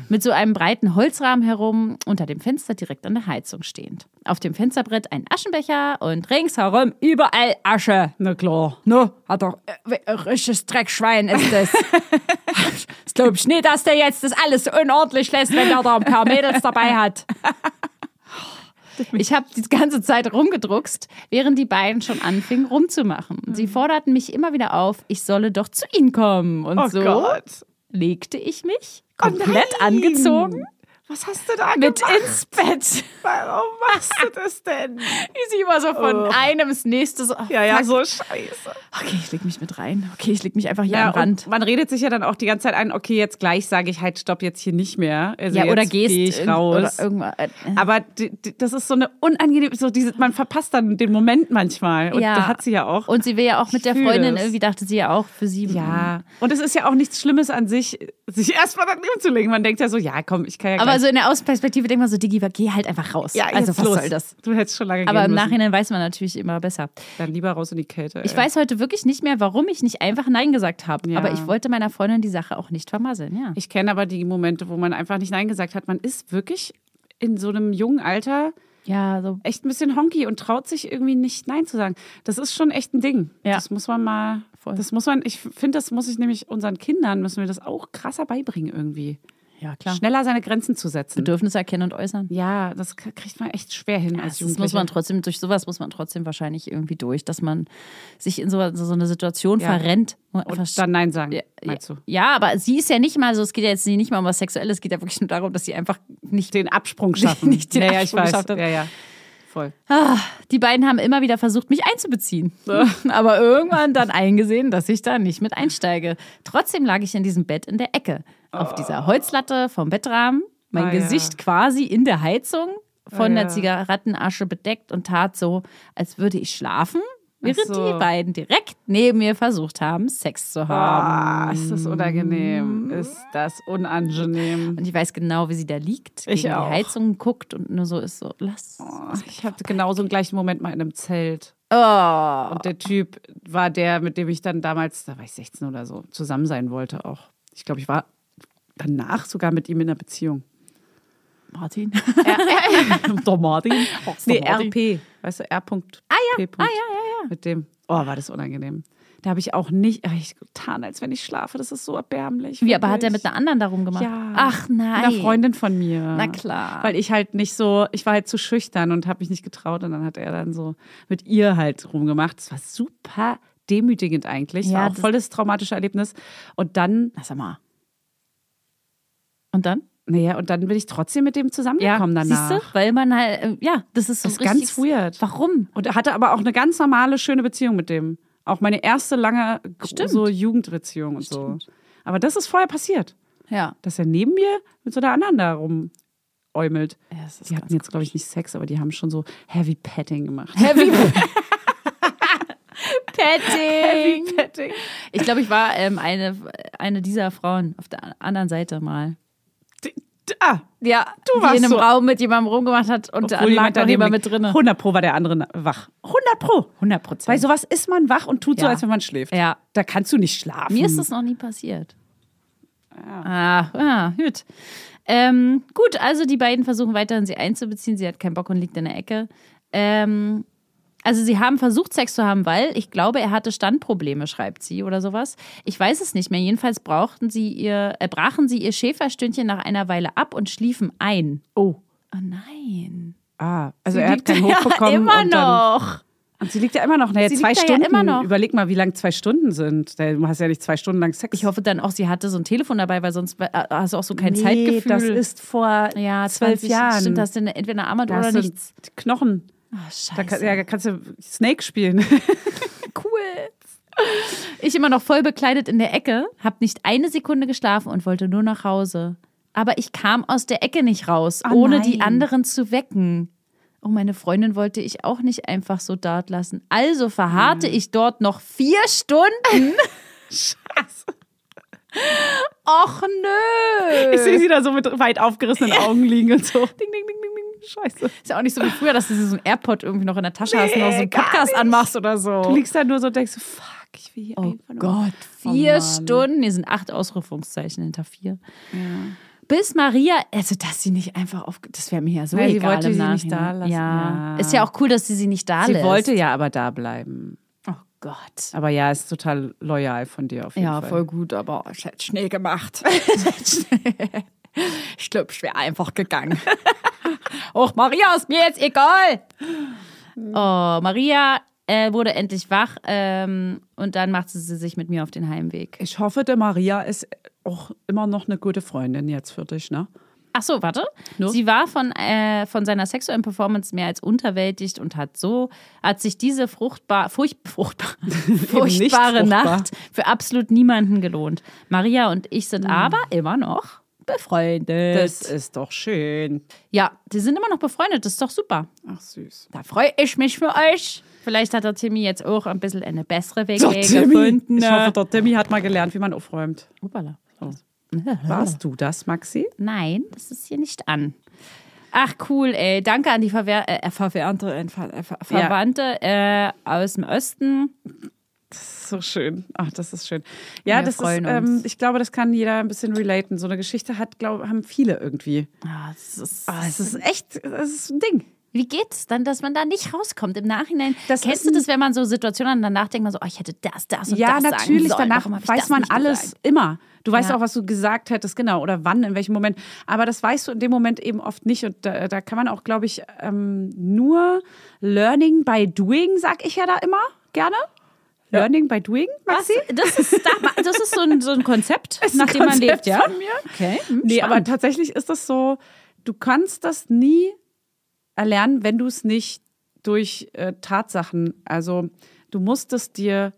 [SPEAKER 1] Mit so einem breiten Holzrahmen herum, unter dem Fenster direkt an der Heizung stehend. Auf dem Fensterbrett ein Aschenbecher und ringsherum überall Asche.
[SPEAKER 2] Na klar.
[SPEAKER 1] Ne, hat doch äh, äh, richtiges Dreckschwein ist das. das glaub ich nicht, dass der jetzt das alles so unordentlich lässt, wenn er da ein paar Mädels dabei hat. Ich habe die ganze Zeit rumgedruckst, während die beiden schon anfingen rumzumachen. Sie forderten mich immer wieder auf, ich solle doch zu ihnen kommen. Und
[SPEAKER 2] Oh
[SPEAKER 1] so
[SPEAKER 2] Gott.
[SPEAKER 1] legte ich mich
[SPEAKER 2] Oh
[SPEAKER 1] komplett
[SPEAKER 2] nein.
[SPEAKER 1] angezogen
[SPEAKER 2] Was hast du da
[SPEAKER 1] mit
[SPEAKER 2] gemacht?
[SPEAKER 1] ins Bett.
[SPEAKER 2] Warum machst du das denn?
[SPEAKER 1] Wie sie immer so von
[SPEAKER 2] Oh.
[SPEAKER 1] einem ins nächste so.
[SPEAKER 2] Ja, ja, so scheiße.
[SPEAKER 1] Okay, ich leg mich mit rein. Okay, ich leg mich einfach hier
[SPEAKER 2] Ja,
[SPEAKER 1] am Rand.
[SPEAKER 2] und man redet sich ja dann auch die ganze Zeit ein, okay, jetzt gleich sage ich halt, stopp, jetzt hier nicht mehr. Also
[SPEAKER 1] Ja,
[SPEAKER 2] jetzt
[SPEAKER 1] oder gehst
[SPEAKER 2] geh ich
[SPEAKER 1] irgend-
[SPEAKER 2] raus.
[SPEAKER 1] Oder irgendwas. äh,
[SPEAKER 2] aber die, die, das ist so eine unangenehme, so diese, man verpasst dann den Moment manchmal. Und
[SPEAKER 1] Ja.
[SPEAKER 2] da hat sie ja auch.
[SPEAKER 1] Und sie will ja auch mit der
[SPEAKER 2] fühl
[SPEAKER 1] Freundin,
[SPEAKER 2] das.
[SPEAKER 1] irgendwie dachte sie ja auch für sie.
[SPEAKER 2] ja. Und es ist ja auch nichts Schlimmes an sich, sich erstmal daneben zu legen. Man denkt ja so, ja, komm, ich kann ja
[SPEAKER 1] Aber
[SPEAKER 2] gleich.
[SPEAKER 1] so in der Außenperspektive denkt man so, Digi, geh halt einfach raus.
[SPEAKER 2] ja,
[SPEAKER 1] also
[SPEAKER 2] jetzt
[SPEAKER 1] was
[SPEAKER 2] los.
[SPEAKER 1] soll das?
[SPEAKER 2] Du hättest schon lange
[SPEAKER 1] Aber
[SPEAKER 2] gehen
[SPEAKER 1] im
[SPEAKER 2] müssen.
[SPEAKER 1] Nachhinein weiß man natürlich immer besser.
[SPEAKER 2] Dann lieber raus in die Kälte.
[SPEAKER 1] Ich
[SPEAKER 2] ey.
[SPEAKER 1] weiß heute wirklich nicht mehr, warum ich nicht einfach Nein gesagt habe.
[SPEAKER 2] Ja.
[SPEAKER 1] Aber ich wollte meiner Freundin die Sache auch nicht vermasseln, ja.
[SPEAKER 2] Ich kenne aber die Momente, wo man einfach nicht Nein gesagt hat. Man ist wirklich in so einem jungen Alter
[SPEAKER 1] Ja, so.
[SPEAKER 2] echt ein bisschen honky und traut sich irgendwie nicht Nein zu sagen. Das ist schon echt ein Ding.
[SPEAKER 1] Ja.
[SPEAKER 2] Das muss man mal.
[SPEAKER 1] Voll.
[SPEAKER 2] Das muss man, ich finde, das muss ich nämlich unseren Kindern, müssen wir das auch krasser beibringen irgendwie.
[SPEAKER 1] Ja, klar.
[SPEAKER 2] Schneller seine Grenzen zu setzen.
[SPEAKER 1] Bedürfnisse erkennen und äußern. Also
[SPEAKER 2] ja, das k- kriegt man echt schwer hin als
[SPEAKER 1] Das muss
[SPEAKER 2] Jugendliche.
[SPEAKER 1] man trotzdem, durch sowas muss man trotzdem wahrscheinlich irgendwie durch, dass man sich in so, so eine Situation verrennt.
[SPEAKER 2] und dann Nein sagen,
[SPEAKER 1] Ja,
[SPEAKER 2] meinst du?
[SPEAKER 1] Ja, aber sie ist ja nicht mal so, es geht ja jetzt nicht mal um was Sexuelles, es geht ja wirklich nur darum, dass sie einfach nicht.
[SPEAKER 2] Den Absprung schaffen.
[SPEAKER 1] Nicht den
[SPEAKER 2] ja, ja,
[SPEAKER 1] Absprung
[SPEAKER 2] ich weiß.
[SPEAKER 1] geschafft hat.
[SPEAKER 2] Ja, ja. Voll.
[SPEAKER 1] Ah, die beiden haben immer wieder versucht, mich einzubeziehen. aber irgendwann dann eingesehen, dass ich da nicht mit einsteige. Trotzdem lag ich in diesem Bett in der Ecke. Auf dieser Holzlatte vom Bettrahmen, mein
[SPEAKER 2] Ah, ja.
[SPEAKER 1] Gesicht quasi in der Heizung von
[SPEAKER 2] Ah,
[SPEAKER 1] der
[SPEAKER 2] ja.
[SPEAKER 1] Zigarettenasche bedeckt und tat so, als würde ich schlafen, während
[SPEAKER 2] so.
[SPEAKER 1] die beiden direkt neben mir versucht haben, Sex zu haben.
[SPEAKER 2] Ah, ist das unangenehm. Ist das unangenehm.
[SPEAKER 1] mm. Und ich weiß genau, wie sie da liegt,
[SPEAKER 2] Ich
[SPEAKER 1] gegen
[SPEAKER 2] auch.
[SPEAKER 1] die Heizung guckt und nur so ist so, lass.
[SPEAKER 2] Oh, ich hatte genau so einen gleichen Moment mal in einem Zelt.
[SPEAKER 1] Oh.
[SPEAKER 2] Und der Typ war der, mit dem ich dann damals, da war ich 16 oder so, zusammen sein wollte auch. Ich glaube, ich war danach sogar mit ihm in einer Beziehung.
[SPEAKER 1] Martin.
[SPEAKER 2] Der Martin.
[SPEAKER 1] Nee, RP.
[SPEAKER 2] Weißt du, R. Punkt,
[SPEAKER 1] Ah ja,
[SPEAKER 2] P.
[SPEAKER 1] ah
[SPEAKER 2] Punkt.
[SPEAKER 1] ja, ja, ja.
[SPEAKER 2] Mit dem. Oh, war das unangenehm. Da habe ich auch nicht, habe ich getan, als wenn ich schlafe. Das ist so erbärmlich.
[SPEAKER 1] Wie, aber hat er
[SPEAKER 2] wirklich.
[SPEAKER 1] mit einer anderen darum gemacht?
[SPEAKER 2] Ja.
[SPEAKER 1] Ach nein.
[SPEAKER 2] einer Freundin von mir.
[SPEAKER 1] Na klar.
[SPEAKER 2] Weil ich halt nicht so, ich war halt zu schüchtern und habe mich nicht getraut und dann hat er dann so mit ihr halt rumgemacht. Das war super demütigend eigentlich.
[SPEAKER 1] Ja,
[SPEAKER 2] war auch
[SPEAKER 1] das-
[SPEAKER 2] voll das traumatische Erlebnis. Und dann,
[SPEAKER 1] Na, sag mal. Und dann?
[SPEAKER 2] naja, und dann bin ich trotzdem mit dem zusammengekommen danach.
[SPEAKER 1] Siehst du? Weil man halt, äh, ja, das ist so
[SPEAKER 2] Das ist
[SPEAKER 1] ein
[SPEAKER 2] ganz
[SPEAKER 1] richtiges-
[SPEAKER 2] weird.
[SPEAKER 1] Warum?
[SPEAKER 2] Und er hatte aber auch eine ganz normale, schöne Beziehung mit dem. Auch meine erste lange
[SPEAKER 1] Stimmt.
[SPEAKER 2] so Jugendbeziehung und so. Aber das ist vorher passiert,
[SPEAKER 1] Ja.
[SPEAKER 2] dass er neben mir mit so einer anderen da rumäumelt.
[SPEAKER 1] Ja, das ist
[SPEAKER 2] Die hatten jetzt, glaube ich, nicht Sex, aber die haben schon so Heavy Petting gemacht.
[SPEAKER 1] Heavy Petting.
[SPEAKER 2] Petting.
[SPEAKER 1] Ich glaube, ich war ähm, eine, eine dieser Frauen auf der anderen Seite mal.
[SPEAKER 2] D- d- Ah,
[SPEAKER 1] Ja,
[SPEAKER 2] Du
[SPEAKER 1] du
[SPEAKER 2] warst
[SPEAKER 1] die in einem
[SPEAKER 2] so.
[SPEAKER 1] Raum mit jemandem rumgemacht hat und da
[SPEAKER 2] obwohl
[SPEAKER 1] lag
[SPEAKER 2] jemand
[SPEAKER 1] da jemand
[SPEAKER 2] daneben
[SPEAKER 1] mit
[SPEAKER 2] liegt.
[SPEAKER 1] drin.
[SPEAKER 2] 100 pro war der andere na- wach. 100 pro.
[SPEAKER 1] 100 Prozent.
[SPEAKER 2] Bei sowas ist man wach und tut so,
[SPEAKER 1] Ja.
[SPEAKER 2] als wenn man schläft.
[SPEAKER 1] Ja.
[SPEAKER 2] Da kannst du nicht schlafen.
[SPEAKER 1] Mir ist das noch nie passiert. Hm. Ah, ah gut. Ähm, gut, also die beiden versuchen weiterhin sie einzubeziehen. Sie hat keinen Bock und liegt in der Ecke. Ähm, also sie haben versucht, Sex zu haben, weil ich glaube, er hatte Standprobleme, schreibt sie oder sowas. Ich weiß es nicht mehr. Jedenfalls brauchten sie ihr, äh, brachen sie ihr Schäferstündchen nach einer Weile ab und schliefen ein.
[SPEAKER 2] Oh.
[SPEAKER 1] Oh nein.
[SPEAKER 2] Ah, also er hat
[SPEAKER 1] liegt
[SPEAKER 2] keinen
[SPEAKER 1] da
[SPEAKER 2] Hof bekommen.
[SPEAKER 1] Ja, immer
[SPEAKER 2] und dann,
[SPEAKER 1] noch.
[SPEAKER 2] Und sie liegt ja immer noch. Naja,
[SPEAKER 1] Sie
[SPEAKER 2] zwei
[SPEAKER 1] liegt da ja
[SPEAKER 2] Stunden.
[SPEAKER 1] immer noch.
[SPEAKER 2] Überleg mal, wie lang zwei Stunden sind. Du hast ja nicht zwei Stunden lang Sex.
[SPEAKER 1] Ich hoffe dann auch, sie hatte so ein Telefon dabei, weil sonst äh, hast du auch so kein
[SPEAKER 2] nee,
[SPEAKER 1] Zeitgefühl.
[SPEAKER 2] das ist vor
[SPEAKER 1] ja,
[SPEAKER 2] zwölf
[SPEAKER 1] 20,
[SPEAKER 2] Jahren.
[SPEAKER 1] Stimmt, hast du eine- entweder eine Armband
[SPEAKER 2] da
[SPEAKER 1] oder
[SPEAKER 2] hast du
[SPEAKER 1] nichts.
[SPEAKER 2] Knochen.
[SPEAKER 1] Ah,
[SPEAKER 2] Da, kann,
[SPEAKER 1] scheiße.
[SPEAKER 2] ja, da kannst du Snake spielen.
[SPEAKER 1] cool. Ich immer noch voll bekleidet in der Ecke, hab nicht eine Sekunde geschlafen und wollte nur nach Hause. Aber ich kam aus der Ecke nicht raus,
[SPEAKER 2] Ah,
[SPEAKER 1] ohne
[SPEAKER 2] nein.
[SPEAKER 1] die anderen zu wecken. Oh, meine Freundin wollte ich auch nicht einfach so dort lassen. Also verharrte
[SPEAKER 2] Hm.
[SPEAKER 1] ich dort noch vier Stunden.
[SPEAKER 2] Scheiße.
[SPEAKER 1] Och nö.
[SPEAKER 2] Ich sehe sie da so mit weit aufgerissenen Augen liegen und so. Äh, Ding, ding, ding, ding, ding. Scheiße.
[SPEAKER 1] Ist ja auch nicht so wie früher, dass du so einen AirPod irgendwie noch in der Tasche hast und
[SPEAKER 2] Nee,
[SPEAKER 1] noch so einen
[SPEAKER 2] gar
[SPEAKER 1] Podcast
[SPEAKER 2] nicht.
[SPEAKER 1] anmachst oder so.
[SPEAKER 2] Du liegst da nur so und denkst, so, fuck, ich will hier
[SPEAKER 1] Oh
[SPEAKER 2] einfach nur.
[SPEAKER 1] Gott, vier
[SPEAKER 2] Mann.
[SPEAKER 1] Stunden. Hier sind acht Ausrufungszeichen hinter vier. Bis Maria, also dass sie nicht einfach auf, das wäre mir ja so
[SPEAKER 2] Weil sie
[SPEAKER 1] egal
[SPEAKER 2] wollte
[SPEAKER 1] im
[SPEAKER 2] sie nicht
[SPEAKER 1] Nachhinein.
[SPEAKER 2] da lassen.
[SPEAKER 1] Ja.
[SPEAKER 2] Ja.
[SPEAKER 1] ist ja auch cool, dass sie sie nicht da
[SPEAKER 2] Sie
[SPEAKER 1] lässt.
[SPEAKER 2] wollte ja aber da bleiben.
[SPEAKER 1] Oh Gott.
[SPEAKER 2] Aber ja, ist total loyal von dir auf jeden
[SPEAKER 1] Ja,
[SPEAKER 2] Fall.
[SPEAKER 1] voll gut, aber ich hätte schnell gemacht. ich glaube, ich wäre einfach gegangen. Och, Maria, ist mir jetzt egal. Oh, Maria äh, wurde endlich wach ähm, und dann machte sie sich mit mir auf den Heimweg.
[SPEAKER 2] Ich hoffe, der Maria ist auch immer noch eine gute Freundin jetzt für dich, ne?
[SPEAKER 1] Ach so, warte.
[SPEAKER 2] Nur?
[SPEAKER 1] Sie war von, äh, von seiner sexuellen Performance mehr als unterwältigt und hat so, hat sich diese fruchtbar, furcht, fruchtbar,
[SPEAKER 2] nicht
[SPEAKER 1] furchtbare
[SPEAKER 2] fruchtbar.
[SPEAKER 1] Nacht für absolut niemanden gelohnt. Maria und ich
[SPEAKER 2] Mhm.
[SPEAKER 1] sind aber immer noch befreundet.
[SPEAKER 2] Das ist doch schön.
[SPEAKER 1] ja, die sind immer noch befreundet, das ist doch super.
[SPEAKER 2] Ach, süß.
[SPEAKER 1] Da freue ich mich für euch. Vielleicht hat der Timmy jetzt auch ein bisschen eine bessere Weg
[SPEAKER 2] So, Timmy.
[SPEAKER 1] gefunden. ne?
[SPEAKER 2] Ich hoffe, der Timmy hat mal gelernt, wie man aufräumt.
[SPEAKER 1] Hoppala.
[SPEAKER 2] Warst du das, Maxi?
[SPEAKER 1] Nein, das ist hier nicht an. Ach cool, ey. Danke an die Verwehr äh, äh, Verwehrte, äh, Ver äh, Ver Verwandte äh, aus dem Osten.
[SPEAKER 2] So schön. Ach, das ist schön. Ja,
[SPEAKER 1] Wir
[SPEAKER 2] das ist,
[SPEAKER 1] freuen
[SPEAKER 2] ähm,
[SPEAKER 1] uns.
[SPEAKER 2] ich glaube, das kann jeder ein bisschen relaten. So eine Geschichte hat, glaube haben viele irgendwie.
[SPEAKER 1] Ah, das ist,
[SPEAKER 2] Ah, es ist echt, es ist ein Ding.
[SPEAKER 1] wie geht's dann, dass man da nicht rauskommt im Nachhinein?
[SPEAKER 2] Das
[SPEAKER 1] kennst
[SPEAKER 2] ist
[SPEAKER 1] du
[SPEAKER 2] ein-
[SPEAKER 1] das, wenn man so Situationen hat, danach denkt man so, oh, ich hätte das, das und
[SPEAKER 2] Ja,
[SPEAKER 1] das sagen
[SPEAKER 2] natürlich,
[SPEAKER 1] sollen.
[SPEAKER 2] danach
[SPEAKER 1] Warum hab ich
[SPEAKER 2] weiß
[SPEAKER 1] das
[SPEAKER 2] man
[SPEAKER 1] nicht
[SPEAKER 2] alles
[SPEAKER 1] gesagt?
[SPEAKER 2] immer. Du weißt
[SPEAKER 1] Ja.
[SPEAKER 2] auch, was du gesagt hättest, genau, oder wann, in welchem Moment. Aber das weißt du in dem Moment eben oft nicht. Und da, da kann man auch, glaube ich, ähm, nur Learning by Doing, sag ich ja da immer gerne. Learning by Doing,
[SPEAKER 1] Was?
[SPEAKER 2] Maxi?
[SPEAKER 1] Das ist, da- das ist so, ein, so ein Konzept,
[SPEAKER 2] Ist ein
[SPEAKER 1] nach dem man lebt,
[SPEAKER 2] Konzept
[SPEAKER 1] ja?
[SPEAKER 2] von mir.
[SPEAKER 1] Okay. Hm,
[SPEAKER 2] Nee, aber
[SPEAKER 1] spannend.
[SPEAKER 2] tatsächlich ist das so, du kannst das nie erlernen, wenn du es nicht durch äh, Tatsachen, also du musst es dir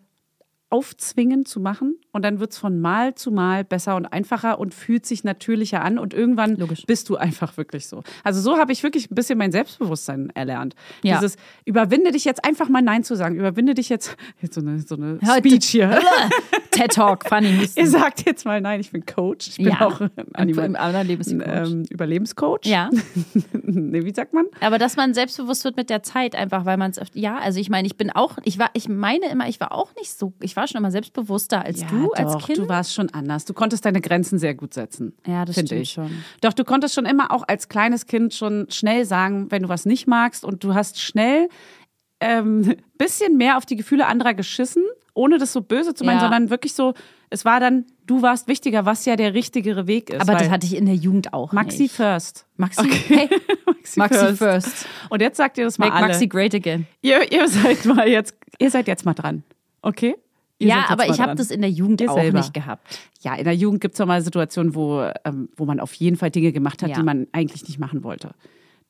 [SPEAKER 2] aufzwingen zu machen und dann wird es von Mal zu Mal besser und einfacher und fühlt sich natürlicher an und irgendwann
[SPEAKER 1] Logisch.
[SPEAKER 2] bist du einfach wirklich so. Also so habe ich wirklich ein bisschen mein Selbstbewusstsein erlernt.
[SPEAKER 1] Ja.
[SPEAKER 2] Dieses, überwinde dich jetzt einfach mal Nein zu sagen, überwinde dich jetzt, jetzt so eine, so eine
[SPEAKER 1] Heute-
[SPEAKER 2] Speech hier.
[SPEAKER 1] TED Talk, funny.
[SPEAKER 2] Ihr sagt jetzt mal Nein, ich bin Coach, ich bin
[SPEAKER 1] Ja.
[SPEAKER 2] auch ein
[SPEAKER 1] Im,
[SPEAKER 2] Animal
[SPEAKER 1] im anderen Leben ist die Coach.
[SPEAKER 2] ähm, Überlebenscoach.
[SPEAKER 1] Ja.
[SPEAKER 2] nee, wie sagt man?
[SPEAKER 1] Aber dass man selbstbewusst wird mit der Zeit einfach, weil man es ja, also ich meine, ich bin auch, ich war, ich meine immer, ich war auch nicht so, ich war schon immer selbstbewusster als
[SPEAKER 2] Ja,
[SPEAKER 1] du du
[SPEAKER 2] Ah,
[SPEAKER 1] als
[SPEAKER 2] doch,
[SPEAKER 1] Kind?
[SPEAKER 2] Du warst schon anders. Du konntest deine Grenzen sehr gut setzen.
[SPEAKER 1] Ja, das
[SPEAKER 2] find
[SPEAKER 1] stimmt
[SPEAKER 2] ich.
[SPEAKER 1] schon.
[SPEAKER 2] Doch du konntest schon immer auch als kleines Kind schon schnell sagen, wenn du was nicht magst und du hast schnell ähm, bisschen mehr auf die Gefühle anderer geschissen, ohne das so böse zu meinen,
[SPEAKER 1] Ja.
[SPEAKER 2] sondern wirklich so, es war dann, du warst wichtiger, was ja der richtigere Weg ist.
[SPEAKER 1] Aber das
[SPEAKER 2] weil
[SPEAKER 1] hatte ich in der Jugend auch.
[SPEAKER 2] halt Maxi
[SPEAKER 1] nicht.
[SPEAKER 2] first.
[SPEAKER 1] Maxi, hey,
[SPEAKER 2] Maxi,
[SPEAKER 1] Maxi first.
[SPEAKER 2] Und jetzt sagt ihr das mal
[SPEAKER 1] Make
[SPEAKER 2] alle.
[SPEAKER 1] Maxi great again.
[SPEAKER 2] Ihr, ihr seid mal jetzt, ihr seid jetzt mal dran. Okay? Ihr seid
[SPEAKER 1] ja,
[SPEAKER 2] jetzt
[SPEAKER 1] aber
[SPEAKER 2] mal
[SPEAKER 1] ich habe
[SPEAKER 2] dran.
[SPEAKER 1] das in der Jugend
[SPEAKER 2] Ihr
[SPEAKER 1] auch
[SPEAKER 2] selber.
[SPEAKER 1] nicht gehabt.
[SPEAKER 2] Ja, in der Jugend gibt es mal Situationen, wo, ähm, wo man auf jeden Fall Dinge gemacht hat,
[SPEAKER 1] Ja.
[SPEAKER 2] die man eigentlich nicht machen wollte.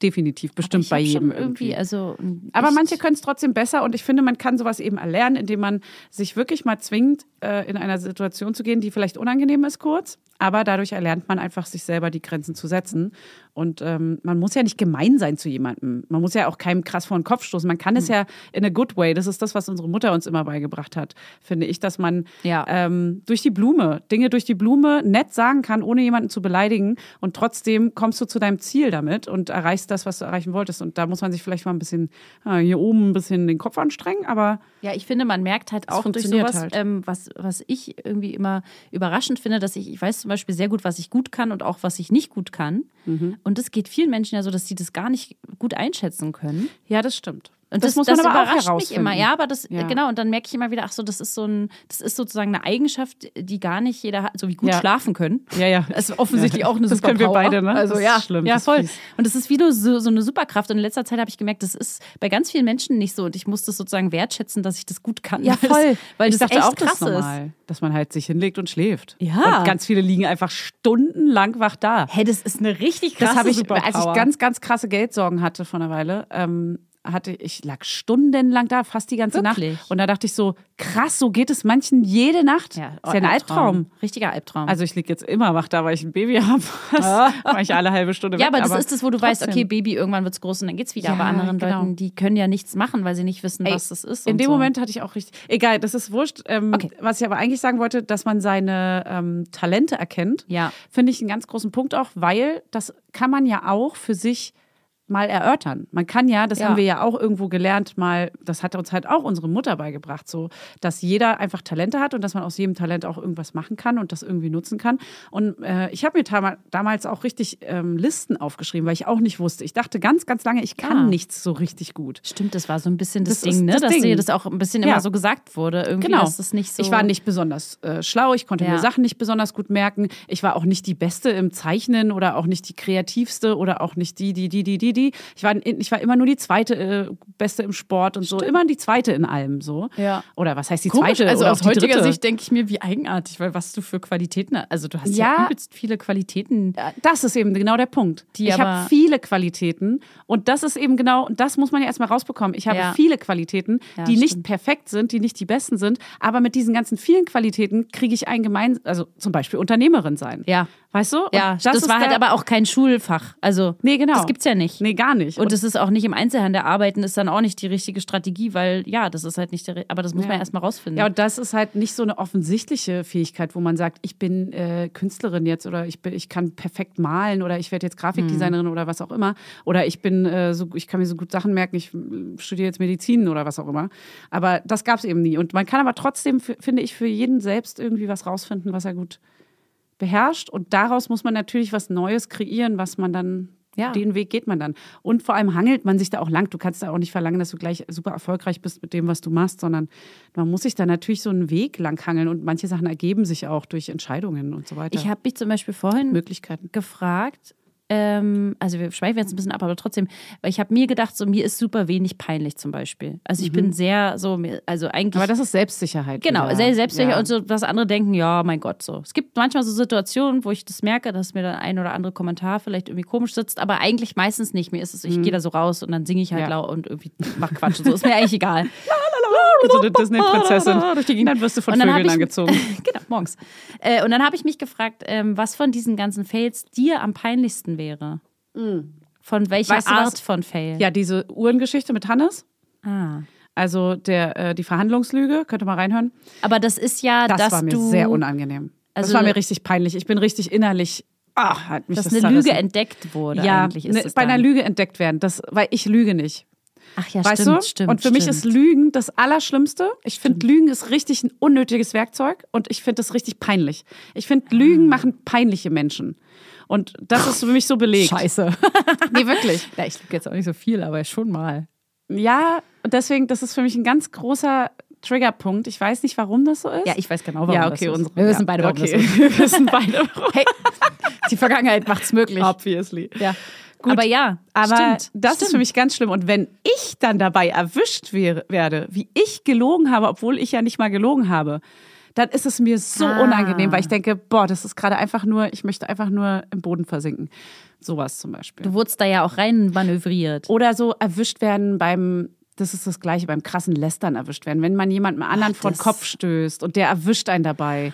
[SPEAKER 2] Definitiv, bestimmt
[SPEAKER 1] ich
[SPEAKER 2] bei
[SPEAKER 1] hab
[SPEAKER 2] jedem
[SPEAKER 1] schon irgendwie, also. m,
[SPEAKER 2] Aber
[SPEAKER 1] echt-
[SPEAKER 2] manche können es trotzdem besser und ich finde, man kann sowas eben erlernen, indem man sich wirklich mal zwingt, äh, in einer Situation zu gehen, die vielleicht unangenehm ist kurz, aber dadurch erlernt man einfach, sich selber die Grenzen zu setzen. Und ähm, man muss ja nicht gemein sein zu jemandem. Man muss ja auch keinem krass vor den Kopf stoßen. Man kann es
[SPEAKER 1] Hm.
[SPEAKER 2] ja in a good way. Das ist das, was unsere Mutter uns immer beigebracht hat, finde ich, dass man
[SPEAKER 1] Ja.
[SPEAKER 2] ähm, durch die Blume, Dinge durch die Blume nett sagen kann, ohne jemanden zu beleidigen. Und trotzdem kommst du zu deinem Ziel damit und erreichst das, was du erreichen wolltest. Und da muss man sich vielleicht mal ein bisschen äh, hier oben ein bisschen den Kopf anstrengen, aber
[SPEAKER 1] Ja, ich finde, man merkt halt
[SPEAKER 2] Es
[SPEAKER 1] auch durch
[SPEAKER 2] funktioniert
[SPEAKER 1] sowas,
[SPEAKER 2] halt.
[SPEAKER 1] ähm, was, was ich irgendwie immer überraschend finde, dass ich, ich weiß zum Beispiel sehr gut, was ich gut kann und auch was ich nicht gut kann.
[SPEAKER 2] Mhm.
[SPEAKER 1] Und das geht vielen Menschen ja so, dass sie das gar nicht gut einschätzen können.
[SPEAKER 2] ja, das stimmt.
[SPEAKER 1] Und das, das überrascht mich
[SPEAKER 2] herausfinden.
[SPEAKER 1] immer. Ja, aber das,
[SPEAKER 2] Ja.
[SPEAKER 1] genau, und dann merke ich immer wieder, ach so, das ist so ein, das ist sozusagen eine Eigenschaft, die gar nicht jeder hat, so wie gut
[SPEAKER 2] Ja.
[SPEAKER 1] schlafen können.
[SPEAKER 2] Ja, ja.
[SPEAKER 1] Das ist offensichtlich auch eine
[SPEAKER 2] Das können wir
[SPEAKER 1] Superpower.
[SPEAKER 2] beide, ne?
[SPEAKER 1] Also
[SPEAKER 2] Das ist
[SPEAKER 1] ja,
[SPEAKER 2] schlimm,
[SPEAKER 1] ja
[SPEAKER 2] das ist
[SPEAKER 1] voll.
[SPEAKER 2] fies.
[SPEAKER 1] Und das ist wieder so, so eine Superkraft. Und in letzter Zeit habe ich gemerkt, das ist bei ganz vielen Menschen nicht so. Und ich muss das sozusagen wertschätzen, dass ich das gut kann.
[SPEAKER 2] Ja,
[SPEAKER 1] Weil das-
[SPEAKER 2] voll.
[SPEAKER 1] Weil
[SPEAKER 2] ich
[SPEAKER 1] das
[SPEAKER 2] dachte
[SPEAKER 1] echt
[SPEAKER 2] auch,
[SPEAKER 1] krass
[SPEAKER 2] das ist normal, dass man halt sich hinlegt und schläft.
[SPEAKER 1] Ja.
[SPEAKER 2] Und ganz viele liegen einfach stundenlang wach da.
[SPEAKER 1] ist. Hey, das ist eine richtig krasse
[SPEAKER 2] Das habe ich,
[SPEAKER 1] Superpower.
[SPEAKER 2] als ich ganz, ganz krasse Geldsorgen hatte vor einer Weile, ähm, hatte ich lag stundenlang da, fast die ganze
[SPEAKER 1] Wirklich?
[SPEAKER 2] Nacht. Und da dachte ich so, krass, so geht es manchen jede Nacht.
[SPEAKER 1] ja,
[SPEAKER 2] ist ja ein Albtraum.
[SPEAKER 1] Richtiger Albtraum.
[SPEAKER 2] Also ich liege jetzt immer wach da, weil ich ein Baby habe. Das mache ich alle halbe Stunde
[SPEAKER 1] ja,
[SPEAKER 2] weg.
[SPEAKER 1] aber das ist das, wo du weißt, okay,
[SPEAKER 2] trotzdem.
[SPEAKER 1] Baby, irgendwann wird's groß und dann geht's wieder.
[SPEAKER 2] Ja,
[SPEAKER 1] aber anderen
[SPEAKER 2] genau.
[SPEAKER 1] Leuten, die können ja nichts machen, weil sie nicht wissen,
[SPEAKER 2] Ey,
[SPEAKER 1] was das ist.
[SPEAKER 2] In
[SPEAKER 1] und
[SPEAKER 2] dem
[SPEAKER 1] so.
[SPEAKER 2] Moment hatte ich auch richtig. Egal, das ist wurscht. Ähm,
[SPEAKER 1] Okay.
[SPEAKER 2] Was ich aber eigentlich sagen wollte, dass man seine ähm, Talente erkennt,
[SPEAKER 1] Ja.
[SPEAKER 2] finde ich einen ganz großen Punkt auch, weil das kann man ja auch für sich mal erörtern. Man kann ja, das
[SPEAKER 1] Ja.
[SPEAKER 2] haben wir ja auch irgendwo gelernt, mal, das hat uns halt auch unsere Mutter beigebracht, so, dass jeder einfach Talente hat und dass man aus jedem Talent auch irgendwas machen kann und das irgendwie nutzen kann. Und äh, ich habe mir tam- damals auch richtig ähm, Listen aufgeschrieben, weil ich auch nicht wusste. Ich dachte ganz, ganz lange, ich kann
[SPEAKER 1] Ja.
[SPEAKER 2] nichts so richtig gut.
[SPEAKER 1] Stimmt, das war so ein bisschen das,
[SPEAKER 2] Das ist
[SPEAKER 1] Ding, ne?
[SPEAKER 2] das
[SPEAKER 1] dass
[SPEAKER 2] Ding.
[SPEAKER 1] dir das auch ein bisschen
[SPEAKER 2] Ja. Genau.
[SPEAKER 1] immer so gesagt wurde. Irgendwie, dass das nicht so.
[SPEAKER 2] Ich war nicht besonders äh, schlau, ich konnte
[SPEAKER 1] Ja.
[SPEAKER 2] mir Sachen nicht besonders gut merken. Ich war auch nicht die Beste im Zeichnen oder auch nicht die Kreativste oder auch nicht die, die, die, die, die, die. Ich war, in- ich war immer nur die Zweite äh, Beste im Sport und so. Immer die Zweite in allem so.
[SPEAKER 1] Ja.
[SPEAKER 2] Oder was heißt die
[SPEAKER 1] Komisch,
[SPEAKER 2] Zweite?
[SPEAKER 1] also
[SPEAKER 2] oder
[SPEAKER 1] aus
[SPEAKER 2] auch die
[SPEAKER 1] heutiger
[SPEAKER 2] Dritte?
[SPEAKER 1] Sicht denke ich mir, wie eigenartig, weil was du für Qualitäten hast. Also du hast ja,
[SPEAKER 2] Ja.
[SPEAKER 1] übelst viele Qualitäten.
[SPEAKER 2] Das ist eben genau der Punkt.
[SPEAKER 1] Die
[SPEAKER 2] ich
[SPEAKER 1] aber-
[SPEAKER 2] habe viele Qualitäten und das ist eben genau, und das muss man ja erstmal rausbekommen. Ich habe
[SPEAKER 1] Ja.
[SPEAKER 2] viele Qualitäten,
[SPEAKER 1] Ja,
[SPEAKER 2] die nicht
[SPEAKER 1] stimmt.
[SPEAKER 2] perfekt sind, die nicht die besten sind, aber mit diesen ganzen vielen Qualitäten kriege ich ein gemein, also zum Beispiel Unternehmerin sein.
[SPEAKER 1] Ja.
[SPEAKER 2] Weißt du? Und
[SPEAKER 1] Ja, das,
[SPEAKER 2] ist
[SPEAKER 1] war halt
[SPEAKER 2] der-
[SPEAKER 1] aber auch kein Schulfach. Also
[SPEAKER 2] Nee, genau.
[SPEAKER 1] das gibt's ja nicht.
[SPEAKER 2] Nee, gar nicht.
[SPEAKER 1] Und es ist auch nicht im Einzelhandel arbeiten, ist dann auch nicht die richtige Strategie, weil ja, das ist halt nicht der, aber das muss man erstmal rausfinden.
[SPEAKER 2] Ja, und das ist halt nicht so eine offensichtliche Fähigkeit, wo man sagt, ich bin äh, Künstlerin jetzt oder ich, bin, ich kann perfekt malen oder ich werde jetzt Grafikdesignerin
[SPEAKER 1] Hm.
[SPEAKER 2] oder was auch immer. Oder ich bin äh, so, ich kann mir so gut Sachen merken, ich mm, studiere jetzt Medizin oder was auch immer. Aber das gab es eben nie. Und man kann aber trotzdem, f- finde ich, für jeden selbst irgendwie was rausfinden, was er gut beherrscht. Und daraus muss man natürlich was Neues kreieren, was man dann.
[SPEAKER 1] Ja.
[SPEAKER 2] Den Weg geht man dann. Und vor allem hangelt man sich da auch lang. Du kannst da auch nicht verlangen, dass du gleich super erfolgreich bist mit dem, was du machst, sondern man muss sich da natürlich so einen Weg lang hangeln und manche Sachen ergeben sich auch durch Entscheidungen und so weiter.
[SPEAKER 1] ich habe mich zum Beispiel vorhin
[SPEAKER 2] Möglichkeiten.
[SPEAKER 1] gefragt, ähm, also wir schweifen jetzt ein bisschen ab, aber trotzdem, weil ich habe mir gedacht, so mir ist super wenig peinlich zum Beispiel. Also ich bin sehr so, mir- also eigentlich.
[SPEAKER 2] Aber das ist Selbstsicherheit.
[SPEAKER 1] Genau,
[SPEAKER 2] wieder.
[SPEAKER 1] sehr selbstsicher
[SPEAKER 2] Ja.
[SPEAKER 1] und so, was andere denken, ja, mein Gott, so. Es gibt manchmal so Situationen, wo ich das merke, dass mir dann ein oder andere Kommentar vielleicht irgendwie komisch sitzt, aber eigentlich meistens nicht. Mir ist es, ich gehe da so raus und dann singe ich halt
[SPEAKER 2] Mhm. Ja.
[SPEAKER 1] laut und irgendwie mach Quatsch und so. Ist mir eigentlich egal.
[SPEAKER 2] So eine Disney-Prinzessin.
[SPEAKER 1] Durch die Gegend.
[SPEAKER 2] Dann wirst du von
[SPEAKER 1] Und dann hab
[SPEAKER 2] Vögeln
[SPEAKER 1] ich-
[SPEAKER 2] angezogen.
[SPEAKER 1] genau, morgens. Äh, und dann habe ich mich gefragt, ähm, was von diesen ganzen Fails dir am peinlichsten wäre? Von welcher
[SPEAKER 2] Mhm. Weißt du was?
[SPEAKER 1] Art von Fail?
[SPEAKER 2] Ja, diese Uhrengeschichte mit Hannes.
[SPEAKER 1] Ah.
[SPEAKER 2] Also der, äh, die Verhandlungslüge, könnt ihr mal reinhören.
[SPEAKER 1] Aber das ist ja,
[SPEAKER 2] Das
[SPEAKER 1] dass
[SPEAKER 2] war mir
[SPEAKER 1] du
[SPEAKER 2] sehr unangenehm.
[SPEAKER 1] Also-
[SPEAKER 2] das war mir richtig peinlich. Ich bin richtig innerlich. Ach, hat mich
[SPEAKER 1] dass
[SPEAKER 2] das
[SPEAKER 1] eine
[SPEAKER 2] zerrissen.
[SPEAKER 1] Lüge entdeckt wurde.
[SPEAKER 2] ja,
[SPEAKER 1] eigentlich ist
[SPEAKER 2] ne,
[SPEAKER 1] es
[SPEAKER 2] bei einer
[SPEAKER 1] dann.
[SPEAKER 2] Lüge entdeckt werden. Das, weil ich lüge nicht.
[SPEAKER 1] Ach ja,
[SPEAKER 2] weißt
[SPEAKER 1] stimmt,
[SPEAKER 2] du?
[SPEAKER 1] stimmt,
[SPEAKER 2] Und für mich ist
[SPEAKER 1] stimmt.
[SPEAKER 2] Lügen das Allerschlimmste. Ich finde, Lügen ist richtig ein unnötiges Werkzeug und ich finde das richtig peinlich. Ich
[SPEAKER 1] Ah.
[SPEAKER 2] finde, Lügen machen peinliche Menschen. Und das ist für mich so belegt.
[SPEAKER 1] Scheiße.
[SPEAKER 2] Nee, wirklich.
[SPEAKER 1] ja, ich liebe jetzt auch nicht so viel, aber schon mal.
[SPEAKER 2] Ja, und deswegen, das ist für mich ein ganz großer Triggerpunkt. Ich weiß nicht, warum das so ist.
[SPEAKER 1] Ja, ich weiß genau, warum
[SPEAKER 2] ja, okay,
[SPEAKER 1] das ist.
[SPEAKER 2] unsere-
[SPEAKER 1] Wir wissen
[SPEAKER 2] ja,
[SPEAKER 1] beide, warum
[SPEAKER 2] okay.
[SPEAKER 1] das ist.
[SPEAKER 2] Wir wissen beide, warum.
[SPEAKER 1] Hey, die Vergangenheit macht's möglich.
[SPEAKER 2] Obviously.
[SPEAKER 1] Ja. Aber ja,
[SPEAKER 2] Aber
[SPEAKER 1] stimmt,
[SPEAKER 2] das
[SPEAKER 1] stimmt.
[SPEAKER 2] ist für mich ganz schlimm. Und wenn ich dann dabei erwischt wäre, werde, wie ich gelogen habe, obwohl ich ja nicht mal gelogen habe, dann ist es mir so
[SPEAKER 1] Ah.
[SPEAKER 2] unangenehm, weil ich denke, boah, das ist gerade einfach nur, ich möchte einfach nur im Boden versinken. Sowas zum Beispiel.
[SPEAKER 1] Du wurdest da ja auch rein manövriert.
[SPEAKER 2] Oder so erwischt werden beim, das ist das Gleiche, beim krassen Lästern erwischt werden. Wenn man jemandem anderen vor den
[SPEAKER 1] das-
[SPEAKER 2] Kopf stößt und der erwischt einen dabei.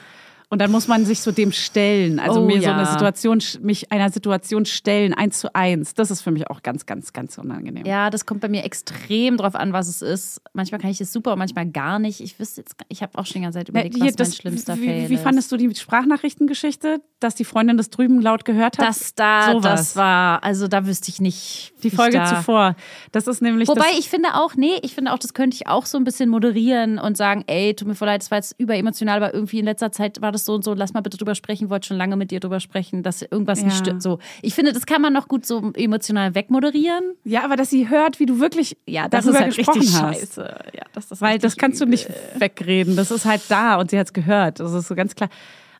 [SPEAKER 2] Und dann muss man sich so dem stellen. Also
[SPEAKER 1] Oh,
[SPEAKER 2] mir so
[SPEAKER 1] ja.
[SPEAKER 2] eine Situation, mich einer Situation stellen, eins zu eins. Das ist für mich auch ganz, ganz, ganz unangenehm.
[SPEAKER 1] Ja, das kommt bei mir extrem drauf an, was es ist. Manchmal kann ich es super und manchmal gar nicht. Ich wüsste jetzt, gar- ich habe auch schon die ganze Zeit
[SPEAKER 2] Na,
[SPEAKER 1] überlegt,
[SPEAKER 2] hier,
[SPEAKER 1] was mein schlimmster
[SPEAKER 2] wie,
[SPEAKER 1] Fail
[SPEAKER 2] Wie
[SPEAKER 1] ist.
[SPEAKER 2] fandest du die Sprachnachrichtengeschichte, dass die Freundin das drüben laut gehört hat?
[SPEAKER 1] das da,
[SPEAKER 2] Sowas.
[SPEAKER 1] das war, also da wüsste ich nicht. wie
[SPEAKER 2] die
[SPEAKER 1] ich
[SPEAKER 2] Folge
[SPEAKER 1] da,
[SPEAKER 2] zuvor. Das ist nämlich
[SPEAKER 1] Wobei
[SPEAKER 2] das,
[SPEAKER 1] ich finde auch, nee, ich finde auch, das könnte ich auch so ein bisschen moderieren und sagen, ey, tut mir voll leid, das war jetzt überemotional, aber irgendwie in letzter Zeit war das so und so, lass mal bitte drüber sprechen, wollte schon lange mit dir drüber sprechen, dass irgendwas nicht
[SPEAKER 2] Ja.
[SPEAKER 1] stimmt. So, ich finde, das kann man noch gut so emotional wegmoderieren.
[SPEAKER 2] ja, aber dass sie hört, wie du wirklich
[SPEAKER 1] Ja, das
[SPEAKER 2] darüber
[SPEAKER 1] ist halt
[SPEAKER 2] gesprochen
[SPEAKER 1] richtig
[SPEAKER 2] hast.
[SPEAKER 1] scheiße. Ja, das ist
[SPEAKER 2] Weil
[SPEAKER 1] richtig äh,
[SPEAKER 2] das kannst du
[SPEAKER 1] übel.
[SPEAKER 2] nicht wegreden. Das ist halt da und sie hat es gehört. Das ist so ganz klar.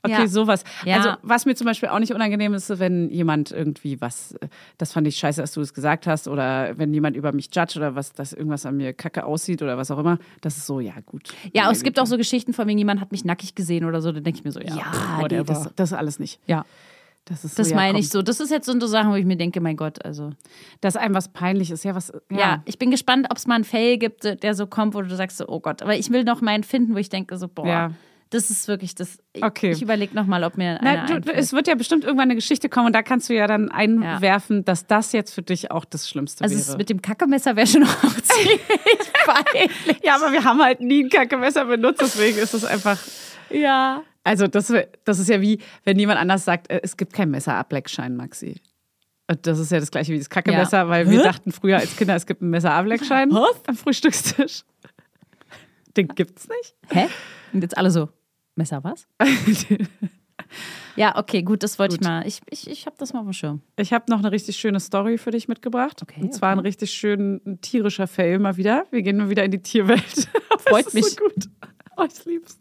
[SPEAKER 2] Okay,
[SPEAKER 1] Ja.
[SPEAKER 2] sowas.
[SPEAKER 1] Ja.
[SPEAKER 2] Also, was mir zum Beispiel auch nicht unangenehm ist, ist, wenn jemand irgendwie was, äh, das fand ich scheiße, dass du es gesagt hast, oder wenn jemand über mich judge oder was, dass irgendwas an mir kacke aussieht oder was auch immer, das ist so, ja, gut.
[SPEAKER 1] Ja, es gibt auch so Geschichten von wegen, jemand hat mich nackig gesehen oder so, dann denke ich mir so, ja,
[SPEAKER 2] Ja,
[SPEAKER 1] pff,
[SPEAKER 2] nee,
[SPEAKER 1] whatever.
[SPEAKER 2] das, das alles nicht.
[SPEAKER 1] ja.
[SPEAKER 2] Das ist so,
[SPEAKER 1] Das
[SPEAKER 2] ja,
[SPEAKER 1] meine
[SPEAKER 2] komm.
[SPEAKER 1] ich so. Das ist jetzt so eine Sache, wo ich mir denke, mein Gott, also.
[SPEAKER 2] Dass einem was peinlich ist. Ja, was.
[SPEAKER 1] Ja, ich bin gespannt, ob es mal einen Fail gibt, der so kommt, wo du sagst, so, oh Gott. Aber ich will noch meinen finden, wo ich denke, so, boah,
[SPEAKER 2] Ja.
[SPEAKER 1] das ist wirklich das. Ich,
[SPEAKER 2] Okay.
[SPEAKER 1] ich überlege nochmal, ob mir
[SPEAKER 2] Na,
[SPEAKER 1] einer
[SPEAKER 2] du, du,
[SPEAKER 1] einfällt.
[SPEAKER 2] es wird ja bestimmt irgendwann eine Geschichte kommen und da kannst du ja dann einwerfen, dass das jetzt für dich auch das Schlimmste
[SPEAKER 1] also
[SPEAKER 2] wäre.
[SPEAKER 1] es mit dem Kackemesser wäre schon auch ziemlich peinlich.
[SPEAKER 2] Ja, aber wir haben halt nie ein Kackemesser benutzt, deswegen ist es einfach.
[SPEAKER 1] Ja.
[SPEAKER 2] Also, das, wär- das ist ja wie, wenn jemand anders sagt, äh, es gibt kein Messerableckschein, Maxi. Und Das ist ja das gleiche wie das Kackemesser,
[SPEAKER 1] Ja.
[SPEAKER 2] weil wir
[SPEAKER 1] Hä?
[SPEAKER 2] dachten früher als Kinder, es gibt einen Messerableckschein am Frühstückstisch. Den gibt's
[SPEAKER 1] Hä? Und jetzt alle so, Messer was?
[SPEAKER 2] nicht.
[SPEAKER 1] Ja, okay, gut, das wollte ich mal. Ich, ich, ich habe das mal auf dem Schirm.
[SPEAKER 2] Ich habe noch eine richtig schöne Story für dich mitgebracht.
[SPEAKER 1] Okay,
[SPEAKER 2] und zwar
[SPEAKER 1] okay.
[SPEAKER 2] ein richtig schön ein tierischer Fail mal wieder. Wir gehen mal wieder in die Tierwelt. Aber
[SPEAKER 1] Freut
[SPEAKER 2] es ist
[SPEAKER 1] mich.
[SPEAKER 2] So gut. Oh, ich lieb's.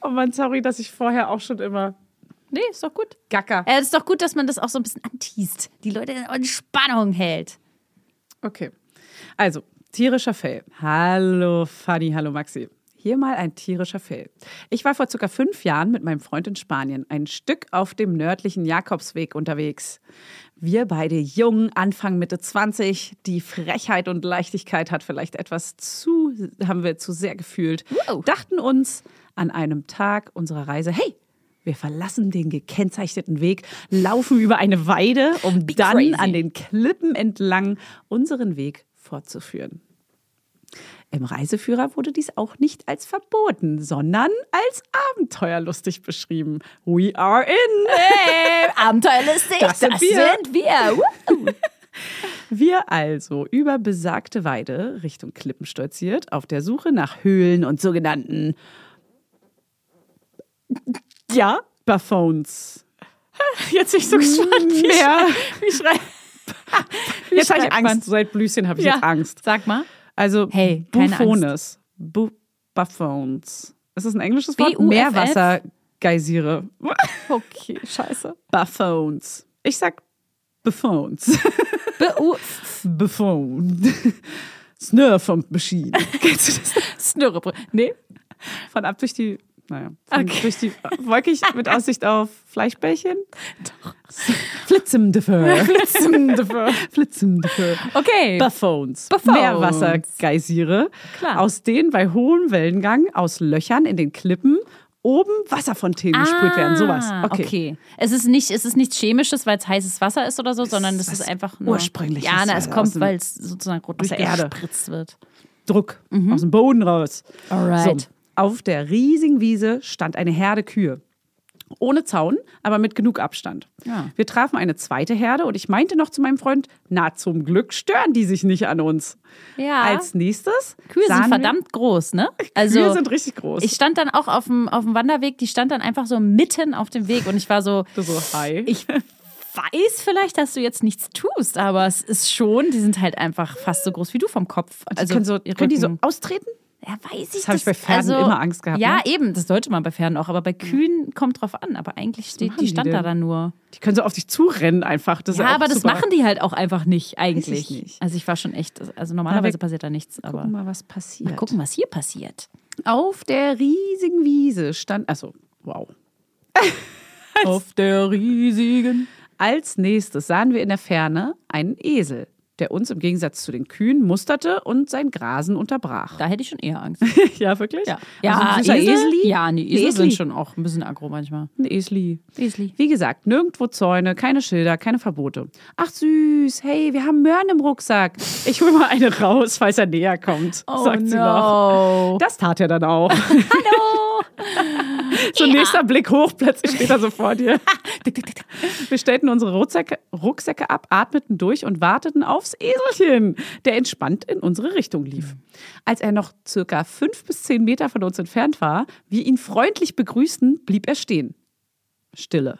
[SPEAKER 2] Oh Mann, sorry, dass ich vorher auch schon immer
[SPEAKER 1] Nee, ist doch gut.
[SPEAKER 2] gacker.
[SPEAKER 1] Äh, ist doch gut, dass man das auch so ein bisschen antießt. Die Leute in Spannung hält.
[SPEAKER 2] Okay. Also, tierischer Fail. Hallo Fanny, hallo Maxi. Hier mal ein tierischer Fail. Ich war vor circa fünf Jahren mit meinem Freund in Spanien ein Stück auf dem nördlichen Jakobsweg unterwegs. Wir beide jung, Anfang Mitte 20, die Frechheit und Leichtigkeit hat vielleicht etwas zu, haben wir zu sehr gefühlt,
[SPEAKER 1] Wow.
[SPEAKER 2] dachten uns an einem Tag unserer Reise, hey, wir verlassen den gekennzeichneten Weg, laufen über eine Weide, um
[SPEAKER 1] Be
[SPEAKER 2] dann
[SPEAKER 1] crazy.
[SPEAKER 2] an den Klippen entlang unseren Weg fortzuführen. Im Reiseführer wurde dies auch nicht als verboten, sondern als abenteuerlustig beschrieben. We are in.
[SPEAKER 1] Hey, abenteuerlustig,
[SPEAKER 2] Das sind das wir. sind Wir also über besagte Weide Richtung Klippen stolziert, auf der Suche nach Höhlen und sogenannten ja, Buffones.
[SPEAKER 1] Jetzt bin ich so gespannt, wie
[SPEAKER 2] Mehr.
[SPEAKER 1] ich, wie ich schrei- wie
[SPEAKER 2] Jetzt habe ich
[SPEAKER 1] schreibt
[SPEAKER 2] Angst.
[SPEAKER 1] man?
[SPEAKER 2] Seit Blüschen habe ich
[SPEAKER 1] Ja.
[SPEAKER 2] jetzt Angst.
[SPEAKER 1] Sag mal.
[SPEAKER 2] Also
[SPEAKER 1] Hey, keine
[SPEAKER 2] Buffones. Bu Buffones. Ist das ein englisches Wort?
[SPEAKER 1] B-U-F-F?
[SPEAKER 2] Meerwassergeysire.
[SPEAKER 1] Okay, scheiße.
[SPEAKER 2] Buffones. Ich sag Buffones. Buffon. Snurf und Machine. Kennst du das?
[SPEAKER 1] Snurrebrüll. Nee.
[SPEAKER 2] Von ab durch die, naja, von
[SPEAKER 1] Okay.
[SPEAKER 2] durch die, wolkig mit Aussicht auf Fleischbällchen? Doch. Flitzemdefer. Flitzemdefer.
[SPEAKER 1] Okay.
[SPEAKER 2] Buffones.
[SPEAKER 1] Buffones.
[SPEAKER 2] Meerwassergeysire,
[SPEAKER 1] Klar.
[SPEAKER 2] aus denen bei hohem Wellengang aus Löchern in den Klippen oben Wasserfontänen gespült werden. Sowas.
[SPEAKER 1] Ah, Okay. Es ist nicht, es ist nichts Chemisches, weil es heißes Wasser ist oder so, sondern es
[SPEAKER 2] was
[SPEAKER 1] ist einfach nur.
[SPEAKER 2] Ursprüngliches,
[SPEAKER 1] Ja, na, es
[SPEAKER 2] also aus
[SPEAKER 1] kommt,
[SPEAKER 2] dem-
[SPEAKER 1] weil es sozusagen rot
[SPEAKER 2] aus der Erde.
[SPEAKER 1] gespritzt wird.
[SPEAKER 2] Druck
[SPEAKER 1] Mhm.
[SPEAKER 2] aus dem Boden raus.
[SPEAKER 1] Alright.
[SPEAKER 2] So, auf der riesigen Wiese stand eine Herde Kühe. ohne Zaun, aber mit genug Abstand.
[SPEAKER 1] Ja.
[SPEAKER 2] Wir trafen eine zweite Herde und ich meinte noch zu meinem Freund, na zum Glück stören die sich nicht an uns.
[SPEAKER 1] Ja.
[SPEAKER 2] Als nächstes
[SPEAKER 1] Kühe
[SPEAKER 2] sahen
[SPEAKER 1] sind
[SPEAKER 2] wir-
[SPEAKER 1] verdammt groß, ne? Also
[SPEAKER 2] Kühe sind richtig groß.
[SPEAKER 1] ich stand dann auch auf dem, auf dem Wanderweg, die stand dann einfach so mitten auf dem Weg und ich war so,
[SPEAKER 2] so hi.
[SPEAKER 1] ich weiß vielleicht, dass du jetzt nichts tust, aber es ist schon, die sind halt einfach fast so groß wie du vom Kopf. Also
[SPEAKER 2] können, so,
[SPEAKER 1] ihr
[SPEAKER 2] können die so
[SPEAKER 1] Rücken.
[SPEAKER 2] austreten?
[SPEAKER 1] Ja, weiß ich also,
[SPEAKER 2] Das hab ich bei Pferden immer Angst gehabt,
[SPEAKER 1] Ja,
[SPEAKER 2] ne?
[SPEAKER 1] eben, das sollte man bei Pferden auch, aber bei Kühen kommt drauf an. Aber eigentlich steht
[SPEAKER 2] machen
[SPEAKER 1] die
[SPEAKER 2] die
[SPEAKER 1] stand da
[SPEAKER 2] denn?
[SPEAKER 1] dann nur.
[SPEAKER 2] Die können so auf dich zurennen einfach. Das ist
[SPEAKER 1] Ja,
[SPEAKER 2] auch
[SPEAKER 1] aber das
[SPEAKER 2] super.
[SPEAKER 1] machen die halt auch einfach nicht eigentlich.
[SPEAKER 2] Weiß ich nicht.
[SPEAKER 1] Also ich war schon echt, also normalerweise
[SPEAKER 2] wir
[SPEAKER 1] passiert da nichts, aber
[SPEAKER 2] Gucken mal, was passiert.
[SPEAKER 1] mal gucken, was hier passiert.
[SPEAKER 2] Auf der riesigen Wiese stand. Also, wow.
[SPEAKER 1] Auf der riesigen.
[SPEAKER 2] Als nächstes sahen wir in der Ferne einen Esel, der uns im Gegensatz zu den Kühen musterte und sein Grasen unterbrach.
[SPEAKER 1] Da hätte ich schon eher Angst.
[SPEAKER 2] Ja, wirklich? Ja,
[SPEAKER 1] Ja,
[SPEAKER 2] also ein süßer
[SPEAKER 1] Esel?
[SPEAKER 2] Eseli?
[SPEAKER 1] Ja, nee,
[SPEAKER 2] Ein
[SPEAKER 1] Esel
[SPEAKER 2] Eseli.
[SPEAKER 1] sind schon auch ein bisschen aggro manchmal.
[SPEAKER 2] Ein Esli.
[SPEAKER 1] Esli.
[SPEAKER 2] Wie gesagt, nirgendwo Zäune, keine Schilder, keine Verbote. Ach süß, hey, wir haben Möhren im Rucksack. Ich hol mal eine raus, falls er näher kommt, sagt sie noch.
[SPEAKER 1] Oh, no.
[SPEAKER 2] Das tat er dann auch.
[SPEAKER 1] Hallo.
[SPEAKER 2] so nächster Blick hoch, plötzlich steht er so vor dir.
[SPEAKER 1] Tick, tick, tick, tick.
[SPEAKER 2] Wir stellten unsere Rucksäcke, Rucksäcke ab, atmeten durch und warteten aufs Eselchen, der entspannt in unsere Richtung lief. Als er noch circa fünf bis zehn Meter von uns entfernt war, wir ihn freundlich begrüßten, blieb er stehen. Stille.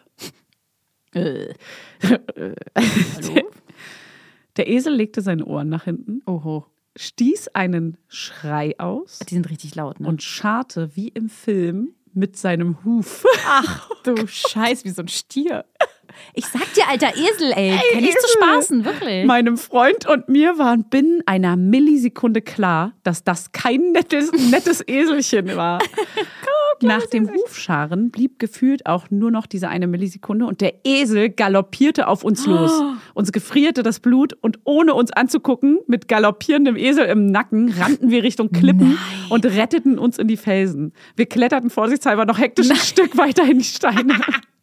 [SPEAKER 1] Äh,
[SPEAKER 2] Der, der Esel legte seine Ohren nach hinten,
[SPEAKER 1] Oho.
[SPEAKER 2] stieß einen Schrei aus
[SPEAKER 1] Die sind richtig laut, ne?
[SPEAKER 2] und scharte wie im Film mit seinem Huf.
[SPEAKER 1] Ach du Scheiß, wie so ein Stier. Ich sag dir, alter Esel, ey, kann nicht zu
[SPEAKER 2] Esel.
[SPEAKER 1] spaßen, wirklich.
[SPEAKER 2] Meinem Freund und mir waren binnen einer Millisekunde klar, dass das kein nettes, nettes Eselchen war. Nach dem Hufscharen blieb gefühlt auch nur noch diese eine Millisekunde und der Esel galoppierte auf uns los. Uns gefrierte das Blut und ohne uns anzugucken, mit galoppierendem Esel im Nacken, rannten wir Richtung Klippen und retteten uns in die Felsen. Wir kletterten vorsichtshalber noch hektisch ein Stück weiter in die Steine.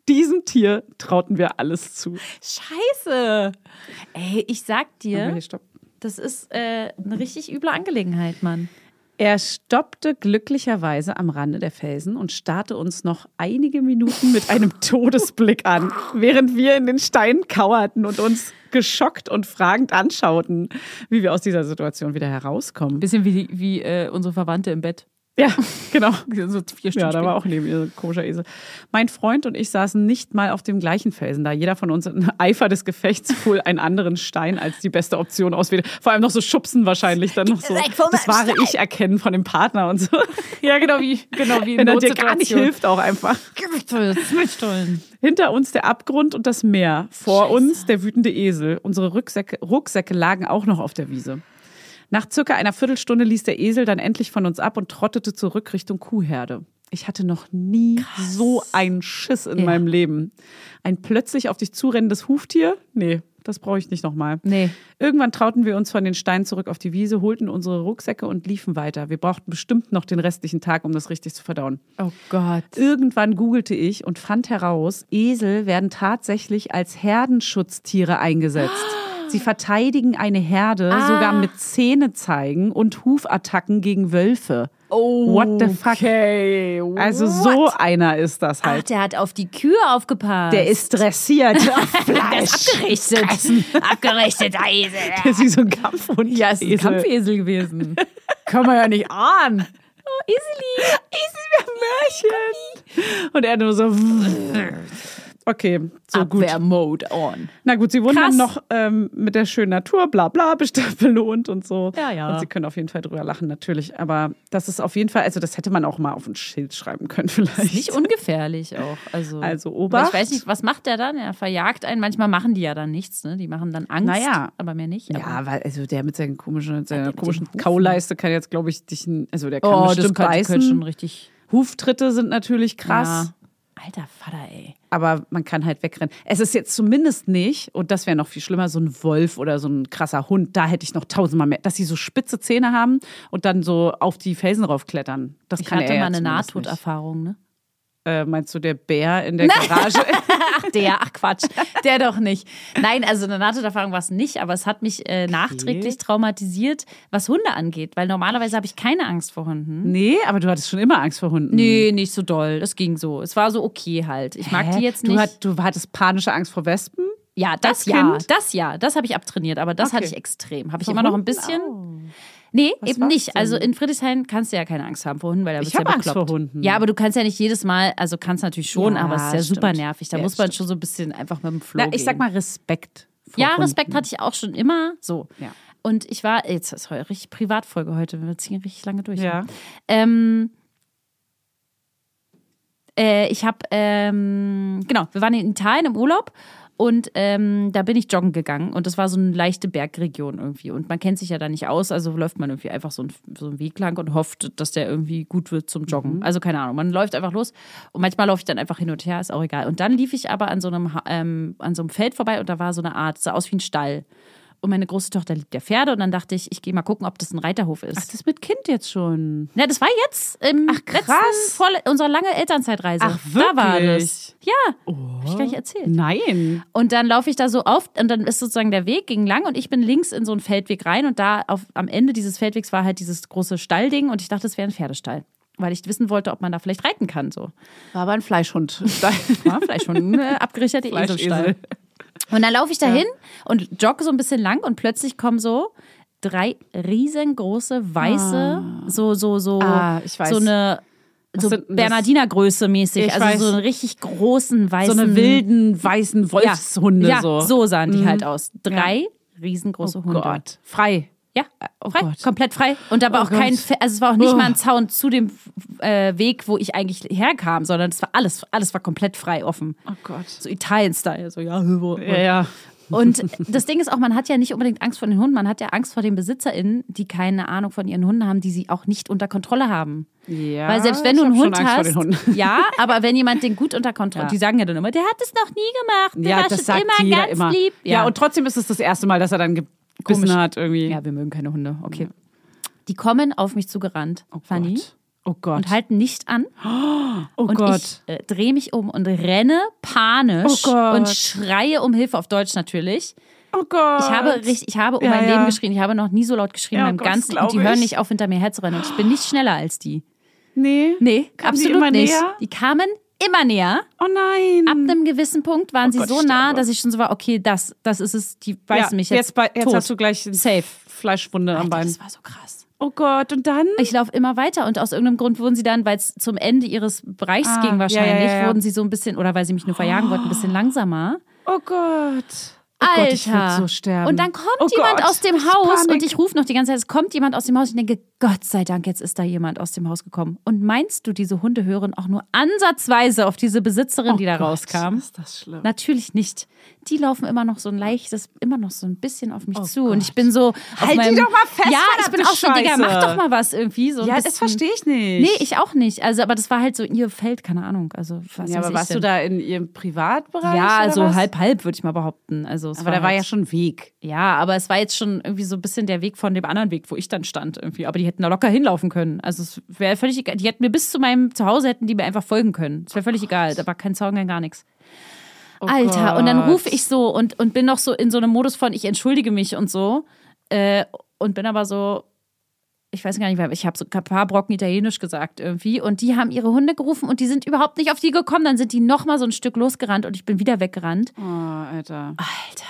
[SPEAKER 2] Diesem Tier trauten wir alles zu.
[SPEAKER 1] Scheiße. Ey, ich sag dir,
[SPEAKER 2] Hier, stopp.
[SPEAKER 1] das ist äh, eine richtig üble Angelegenheit, Mann.
[SPEAKER 2] Er stoppte glücklicherweise am Rande der Felsen und starrte uns noch einige Minuten mit einem Todesblick an, während wir in den Steinen kauerten und uns geschockt und fragend anschauten, wie wir aus dieser Situation wieder herauskommen.
[SPEAKER 1] Bisschen wie, wie äh, unsere Verwandte im Bett.
[SPEAKER 2] Ja, genau.
[SPEAKER 1] So vier
[SPEAKER 2] Ja, da war auch neben ihr ein komischer Esel. Mein Freund und ich saßen nicht mal auf dem gleichen Felsen, da jeder von uns im Eifer des Gefechts wohl einen anderen Stein als die beste Option auswählte. Vor allem noch so Schubsen wahrscheinlich dann noch so
[SPEAKER 1] Weg von
[SPEAKER 2] das
[SPEAKER 1] meinem
[SPEAKER 2] wahre Ich erkennen von dem Partner und so.
[SPEAKER 1] ja, genau wie, genau wie
[SPEAKER 2] Wenn er dir gar nicht hilft, auch einfach.
[SPEAKER 1] Zwischstollen.
[SPEAKER 2] Hinter uns der Abgrund und das Meer. Vor uns der wütende Esel. Unsere Rucksäcke, Rucksäcke lagen auch noch auf der Wiese. Nach circa einer Viertelstunde ließ der Esel dann endlich von uns ab und trottete zurück Richtung Kuhherde. Ich hatte noch nie so einen Schiss in
[SPEAKER 1] Ja.
[SPEAKER 2] meinem Leben. Ein plötzlich auf dich zurennendes Huftier? Nee, das brauche ich nicht nochmal.
[SPEAKER 1] Nee.
[SPEAKER 2] Irgendwann trauten wir uns von den Steinen zurück auf die Wiese, holten unsere Rucksäcke und liefen weiter. Wir brauchten bestimmt noch den restlichen Tag, um das richtig zu verdauen.
[SPEAKER 1] Oh Gott.
[SPEAKER 2] Irgendwann googelte ich und fand heraus, Esel werden tatsächlich als Herdenschutztiere eingesetzt. Sie verteidigen eine Herde
[SPEAKER 1] Ah.
[SPEAKER 2] sogar mit Zähne zeigen und Hufattacken gegen Wölfe.
[SPEAKER 1] Oh.
[SPEAKER 2] What the fuck?
[SPEAKER 1] Okay.
[SPEAKER 2] Also so einer ist das
[SPEAKER 1] Ach,
[SPEAKER 2] halt.
[SPEAKER 1] der hat auf die Kühe aufgepasst.
[SPEAKER 2] Der ist dressiert auf Fleisch.
[SPEAKER 1] abgerichtet. Abgerichteter Esel.
[SPEAKER 2] Der ist wie so ein Kampfhund.
[SPEAKER 1] Ja, es ist ein
[SPEAKER 2] Esel.
[SPEAKER 1] Kampfesel gewesen. Kann man ja nicht ahnen. Oh, Eseli.
[SPEAKER 2] Märchen. Und er nur so. Okay, so gut.
[SPEAKER 1] Abwehrmode on.
[SPEAKER 2] Na gut, sie wurden
[SPEAKER 1] Krass.
[SPEAKER 2] dann noch ähm, mit der schönen Natur, bla bla, bestimmt belohnt und so.
[SPEAKER 1] Ja, ja.
[SPEAKER 2] Und sie können auf jeden Fall drüber lachen, natürlich. Aber das ist auf jeden Fall, also das hätte man auch mal auf ein Schild schreiben können, vielleicht.
[SPEAKER 1] Nicht ungefährlich auch. Also,
[SPEAKER 2] Also, Obacht.
[SPEAKER 1] Ich weiß nicht, was macht der dann? Er verjagt einen. Manchmal machen die ja dann nichts. Ne? Die machen dann Angst,
[SPEAKER 2] Naja.
[SPEAKER 1] aber mehr nicht. Aber
[SPEAKER 2] ja, weil also der mit seinen komischen, mit
[SPEAKER 1] der
[SPEAKER 2] seiner
[SPEAKER 1] mit dem
[SPEAKER 2] komischen
[SPEAKER 1] Hufen.
[SPEAKER 2] Kauleiste kann jetzt, glaube ich, dich, n- also der kann
[SPEAKER 1] oh, das
[SPEAKER 2] bestimmt
[SPEAKER 1] könnte, könnte schon
[SPEAKER 2] beißen.
[SPEAKER 1] richtig
[SPEAKER 2] Huftritte sind natürlich krass.
[SPEAKER 1] Ja. Alter Vater, ey.
[SPEAKER 2] aber man kann halt wegrennen. Es ist jetzt zumindest nicht, und das wäre noch viel schlimmer, so ein Wolf oder so ein krasser Hund. Da hätte ich noch tausendmal mehr, dass sie so spitze Zähne haben und dann so auf die Felsen raufklettern. Das
[SPEAKER 1] Ich
[SPEAKER 2] kann
[SPEAKER 1] hatte
[SPEAKER 2] er
[SPEAKER 1] mal
[SPEAKER 2] ja
[SPEAKER 1] eine
[SPEAKER 2] zumindest nicht.
[SPEAKER 1] Nahtoderfahrung, ne?
[SPEAKER 2] Äh, meinst du, der Bär in der Garage?
[SPEAKER 1] Ach, der, ach Quatsch, der doch nicht. Nein, also eine Nahtoderfahrung war es nicht, aber es hat mich äh, nachträglich traumatisiert, was Hunde angeht, weil normalerweise habe ich keine Angst vor Hunden.
[SPEAKER 2] nee, aber du hattest schon immer Angst vor Hunden.
[SPEAKER 1] Nee, nicht so doll. Das ging so. Es war so okay halt. Ich mag
[SPEAKER 2] Hä?
[SPEAKER 1] die jetzt
[SPEAKER 2] du
[SPEAKER 1] nicht.
[SPEAKER 2] hat- du hattest panische Angst vor Wespen?
[SPEAKER 1] ja, das
[SPEAKER 2] als
[SPEAKER 1] ja,
[SPEAKER 2] Kind?
[SPEAKER 1] das ja, das habe ich abtrainiert, aber das
[SPEAKER 2] Okay.
[SPEAKER 1] hatte ich extrem. Habe ich
[SPEAKER 2] Vor
[SPEAKER 1] immer noch ein
[SPEAKER 2] Hunden
[SPEAKER 1] bisschen. Nee, eben
[SPEAKER 2] war's
[SPEAKER 1] nicht.
[SPEAKER 2] denn?
[SPEAKER 1] Also in Friedrichshain kannst du ja keine Angst haben vor Hunden, weil da bist du ja
[SPEAKER 2] hab Angst
[SPEAKER 1] bekloppt.
[SPEAKER 2] vor Hunden.
[SPEAKER 1] Ja, aber du kannst ja nicht jedes Mal, also kannst natürlich schon,
[SPEAKER 2] Ja,
[SPEAKER 1] aber es ist ja
[SPEAKER 2] stimmt.
[SPEAKER 1] super nervig. Da
[SPEAKER 2] Ja,
[SPEAKER 1] muss man
[SPEAKER 2] stimmt.
[SPEAKER 1] schon so ein bisschen einfach mit dem Flow
[SPEAKER 2] Na, ich
[SPEAKER 1] gehen.
[SPEAKER 2] sag mal Respekt. Vor
[SPEAKER 1] Ja,
[SPEAKER 2] Hunden.
[SPEAKER 1] Respekt hatte ich auch schon immer. So.
[SPEAKER 2] Ja.
[SPEAKER 1] Und ich war, jetzt ist heute richtig Privatfolge heute, wir ziehen richtig lange durch. ne?
[SPEAKER 2] Ja.
[SPEAKER 1] Ähm, äh, ich habe, ähm, genau, wir waren in Italien im Urlaub und ähm, da bin ich joggen gegangen und das war so eine leichte Bergregion irgendwie und man kennt sich ja da nicht aus, also läuft man irgendwie einfach so einen, so einen Weg lang und hofft, dass der irgendwie gut wird zum Joggen. Also keine Ahnung, man läuft einfach los und manchmal laufe ich dann einfach hin und her, ist auch egal. Und dann lief ich aber an so einem, Ha- ähm, an so einem Feld vorbei und da war so eine Art, sah aus wie ein Stall. Und meine große Tochter liebt ja Pferde und dann dachte ich, ich gehe mal gucken, ob das ein Reiterhof ist.
[SPEAKER 2] Ach, das mit Kind jetzt schon.
[SPEAKER 1] Na, das war jetzt im Ach,
[SPEAKER 2] krass.
[SPEAKER 1] letzten voll unserer lange Elternzeitreise.
[SPEAKER 2] Ach,
[SPEAKER 1] Da war das.
[SPEAKER 2] wirklich? Oh.
[SPEAKER 1] Ja, hab ich gar nicht erzählt.
[SPEAKER 2] Nein.
[SPEAKER 1] Und dann laufe ich da so auf und dann ist sozusagen der Weg ging lang und ich bin links in so einen Feldweg rein und da auf, am Ende dieses Feldwegs war halt dieses große Stallding und ich dachte, es wäre ein Pferdestall, weil ich wissen wollte, ob man da vielleicht reiten kann so.
[SPEAKER 2] War aber ein Fleischhund.
[SPEAKER 1] War vielleicht schon ein äh, abgerichteter Eselstall.
[SPEAKER 2] Fleischesel.
[SPEAKER 1] Und dann laufe ich dahin und jogge so ein bisschen lang und plötzlich kommen so drei riesengroße weiße so so so
[SPEAKER 2] Ah, ich weiß.
[SPEAKER 1] so eine
[SPEAKER 2] Was
[SPEAKER 1] so
[SPEAKER 2] sind denn das?
[SPEAKER 1] Bernardiner Größe mäßig,
[SPEAKER 2] Ich
[SPEAKER 1] also
[SPEAKER 2] weiß.
[SPEAKER 1] so einen richtig großen
[SPEAKER 2] So
[SPEAKER 1] weißen
[SPEAKER 2] eine wilden, weißen
[SPEAKER 1] ja,
[SPEAKER 2] Wolfshunde.
[SPEAKER 1] ja,
[SPEAKER 2] so. Mhm.
[SPEAKER 1] so sahen die halt aus. Drei riesengroße
[SPEAKER 2] Oh
[SPEAKER 1] Hunde.
[SPEAKER 2] Gott. Frei.
[SPEAKER 1] Ja,
[SPEAKER 2] Oh
[SPEAKER 1] frei,
[SPEAKER 2] Gott.
[SPEAKER 1] komplett frei. Und da war
[SPEAKER 2] Oh
[SPEAKER 1] auch kein,
[SPEAKER 2] Gott.
[SPEAKER 1] Fe also es war auch nicht
[SPEAKER 2] Oh.
[SPEAKER 1] mal ein Zaun zu dem äh, Weg, wo ich eigentlich herkam, sondern es war alles, alles war komplett frei, offen.
[SPEAKER 2] Oh Gott.
[SPEAKER 1] So Italien-Style, so ja, wo,
[SPEAKER 2] Ja, ja.
[SPEAKER 1] und das Ding ist auch, man hat ja nicht unbedingt Angst vor den Hunden, man hat ja Angst vor den BesitzerInnen, die keine Ahnung von ihren Hunden haben, die sie auch nicht unter Kontrolle haben.
[SPEAKER 2] Ja,
[SPEAKER 1] Weil selbst wenn du
[SPEAKER 2] Ah, ich
[SPEAKER 1] einen
[SPEAKER 2] hab schon
[SPEAKER 1] Hund
[SPEAKER 2] Angst vor
[SPEAKER 1] hast,
[SPEAKER 2] den Hunden.
[SPEAKER 1] ja, aber wenn jemand den gut unter Kontrolle,
[SPEAKER 2] Ja.
[SPEAKER 1] die sagen ja dann immer, der hat es noch nie gemacht, der
[SPEAKER 2] Ja,
[SPEAKER 1] war
[SPEAKER 2] das
[SPEAKER 1] schon
[SPEAKER 2] sagt
[SPEAKER 1] immer
[SPEAKER 2] jeder
[SPEAKER 1] ganz
[SPEAKER 2] immer.
[SPEAKER 1] lieb.
[SPEAKER 2] Ja. und trotzdem ist es das erste Mal, dass er dann gebissen
[SPEAKER 1] Komisch.
[SPEAKER 2] hat irgendwie.
[SPEAKER 1] ja, wir mögen keine Hunde, okay. Die kommen auf mich zugerannt, Fanny,
[SPEAKER 2] Gott. Oh Gott.
[SPEAKER 1] und halten nicht an.
[SPEAKER 2] oh
[SPEAKER 1] Und
[SPEAKER 2] Gott.
[SPEAKER 1] ich äh, drehe mich um und renne panisch
[SPEAKER 2] Oh Gott.
[SPEAKER 1] und schreie um Hilfe auf Deutsch natürlich.
[SPEAKER 2] oh Gott.
[SPEAKER 1] Ich habe, richtig, ich habe um
[SPEAKER 2] Ja,
[SPEAKER 1] mein
[SPEAKER 2] ja.
[SPEAKER 1] Leben geschrien. Ich habe noch nie so laut geschrien
[SPEAKER 2] Ja,
[SPEAKER 1] beim
[SPEAKER 2] Gott, das
[SPEAKER 1] Ganzen.
[SPEAKER 2] glaub
[SPEAKER 1] Und die
[SPEAKER 2] ich.
[SPEAKER 1] hören nicht auf, hinter mir herzurennen. Und ich bin nicht schneller als die.
[SPEAKER 2] Nee.
[SPEAKER 1] Nee,
[SPEAKER 2] Kamen die
[SPEAKER 1] absolut
[SPEAKER 2] immer
[SPEAKER 1] nicht.
[SPEAKER 2] näher?
[SPEAKER 1] Die kamen immer näher.
[SPEAKER 2] Oh nein.
[SPEAKER 1] Ab einem gewissen Punkt waren sie
[SPEAKER 2] Oh Gott,
[SPEAKER 1] so
[SPEAKER 2] ich
[SPEAKER 1] nah,
[SPEAKER 2] sterbe.
[SPEAKER 1] dass ich schon so war, okay, das, das ist es, die beißen
[SPEAKER 2] ja,
[SPEAKER 1] mich jetzt.
[SPEAKER 2] Jetzt, bei, jetzt
[SPEAKER 1] tot.
[SPEAKER 2] hast du gleich eine
[SPEAKER 1] Safe.
[SPEAKER 2] Fleischwunde am
[SPEAKER 1] Alter,
[SPEAKER 2] Bein.
[SPEAKER 1] das war so krass.
[SPEAKER 2] Oh Gott. Und dann?
[SPEAKER 1] Ich laufe immer weiter und aus irgendeinem Grund wurden sie dann, weil es zum Ende ihres Bereichs
[SPEAKER 2] Ah,
[SPEAKER 1] ging wahrscheinlich,
[SPEAKER 2] ja, Ah. ja, ja.
[SPEAKER 1] wurden sie so ein bisschen, oder weil sie mich nur verjagen wollten, ein bisschen langsamer.
[SPEAKER 2] Oh Gott. Oh
[SPEAKER 1] Alter.
[SPEAKER 2] Gott, ich würde so sterben.
[SPEAKER 1] Und dann kommt
[SPEAKER 2] oh
[SPEAKER 1] jemand
[SPEAKER 2] Gott.
[SPEAKER 1] aus dem
[SPEAKER 2] Das ist
[SPEAKER 1] Haus
[SPEAKER 2] Panik.
[SPEAKER 1] und ich rufe noch die ganze Zeit, es kommt jemand aus dem Haus. Ich denke, Gott sei Dank, jetzt ist da jemand aus dem Haus gekommen. Und meinst du, diese Hunde hören auch nur ansatzweise auf diese Besitzerin, die da
[SPEAKER 2] Oh Gott,
[SPEAKER 1] rauskam?
[SPEAKER 2] Ist das schlimm.
[SPEAKER 1] Natürlich nicht. Die laufen immer noch so ein leichtes, immer noch so ein bisschen auf mich zu. Und
[SPEAKER 2] Oh Gott.
[SPEAKER 1] ich bin so. auf
[SPEAKER 2] Halt die
[SPEAKER 1] meinem,
[SPEAKER 2] doch mal fest,
[SPEAKER 1] Ja, ich
[SPEAKER 2] verdammte
[SPEAKER 1] bin auch so, Digga,
[SPEAKER 2] Scheiße.
[SPEAKER 1] mach doch mal was irgendwie. So ein
[SPEAKER 2] ja,
[SPEAKER 1] bisschen.
[SPEAKER 2] das verstehe ich nicht.
[SPEAKER 1] Nee, ich auch nicht. Also, aber das war halt so ihr Feld, keine Ahnung. Also, was weiß
[SPEAKER 2] Ja, aber
[SPEAKER 1] ich
[SPEAKER 2] warst du
[SPEAKER 1] denn.
[SPEAKER 2] da in ihrem Privatbereich?
[SPEAKER 1] Ja,
[SPEAKER 2] oder
[SPEAKER 1] so
[SPEAKER 2] was?
[SPEAKER 1] halb-halb, würde ich mal behaupten. Also, es
[SPEAKER 2] also halt, Aber da war
[SPEAKER 1] halt
[SPEAKER 2] ja schon ein Weg.
[SPEAKER 1] Ja, aber es war jetzt schon irgendwie so ein bisschen der Weg von dem anderen Weg, wo ich dann stand irgendwie. Aber die hätten da locker hinlaufen können. Also es wäre völlig egal. Die hätten mir bis zu meinem Zuhause hätten die mir einfach folgen können. Es wäre völlig egal. Da war kein Zaun, kein gar nichts. Alter, und dann rufe ich so und, und bin noch so in so einem Modus von ich entschuldige mich und so. Äh, und bin aber so, ich weiß gar nicht, weil ich habe so ein paar Brocken Italienisch gesagt irgendwie. Und die haben ihre Hunde gerufen und die sind überhaupt nicht auf die gekommen. Dann sind die nochmal so ein Stück losgerannt und ich bin wieder weggerannt.
[SPEAKER 2] Oh, Alter.
[SPEAKER 1] Alter.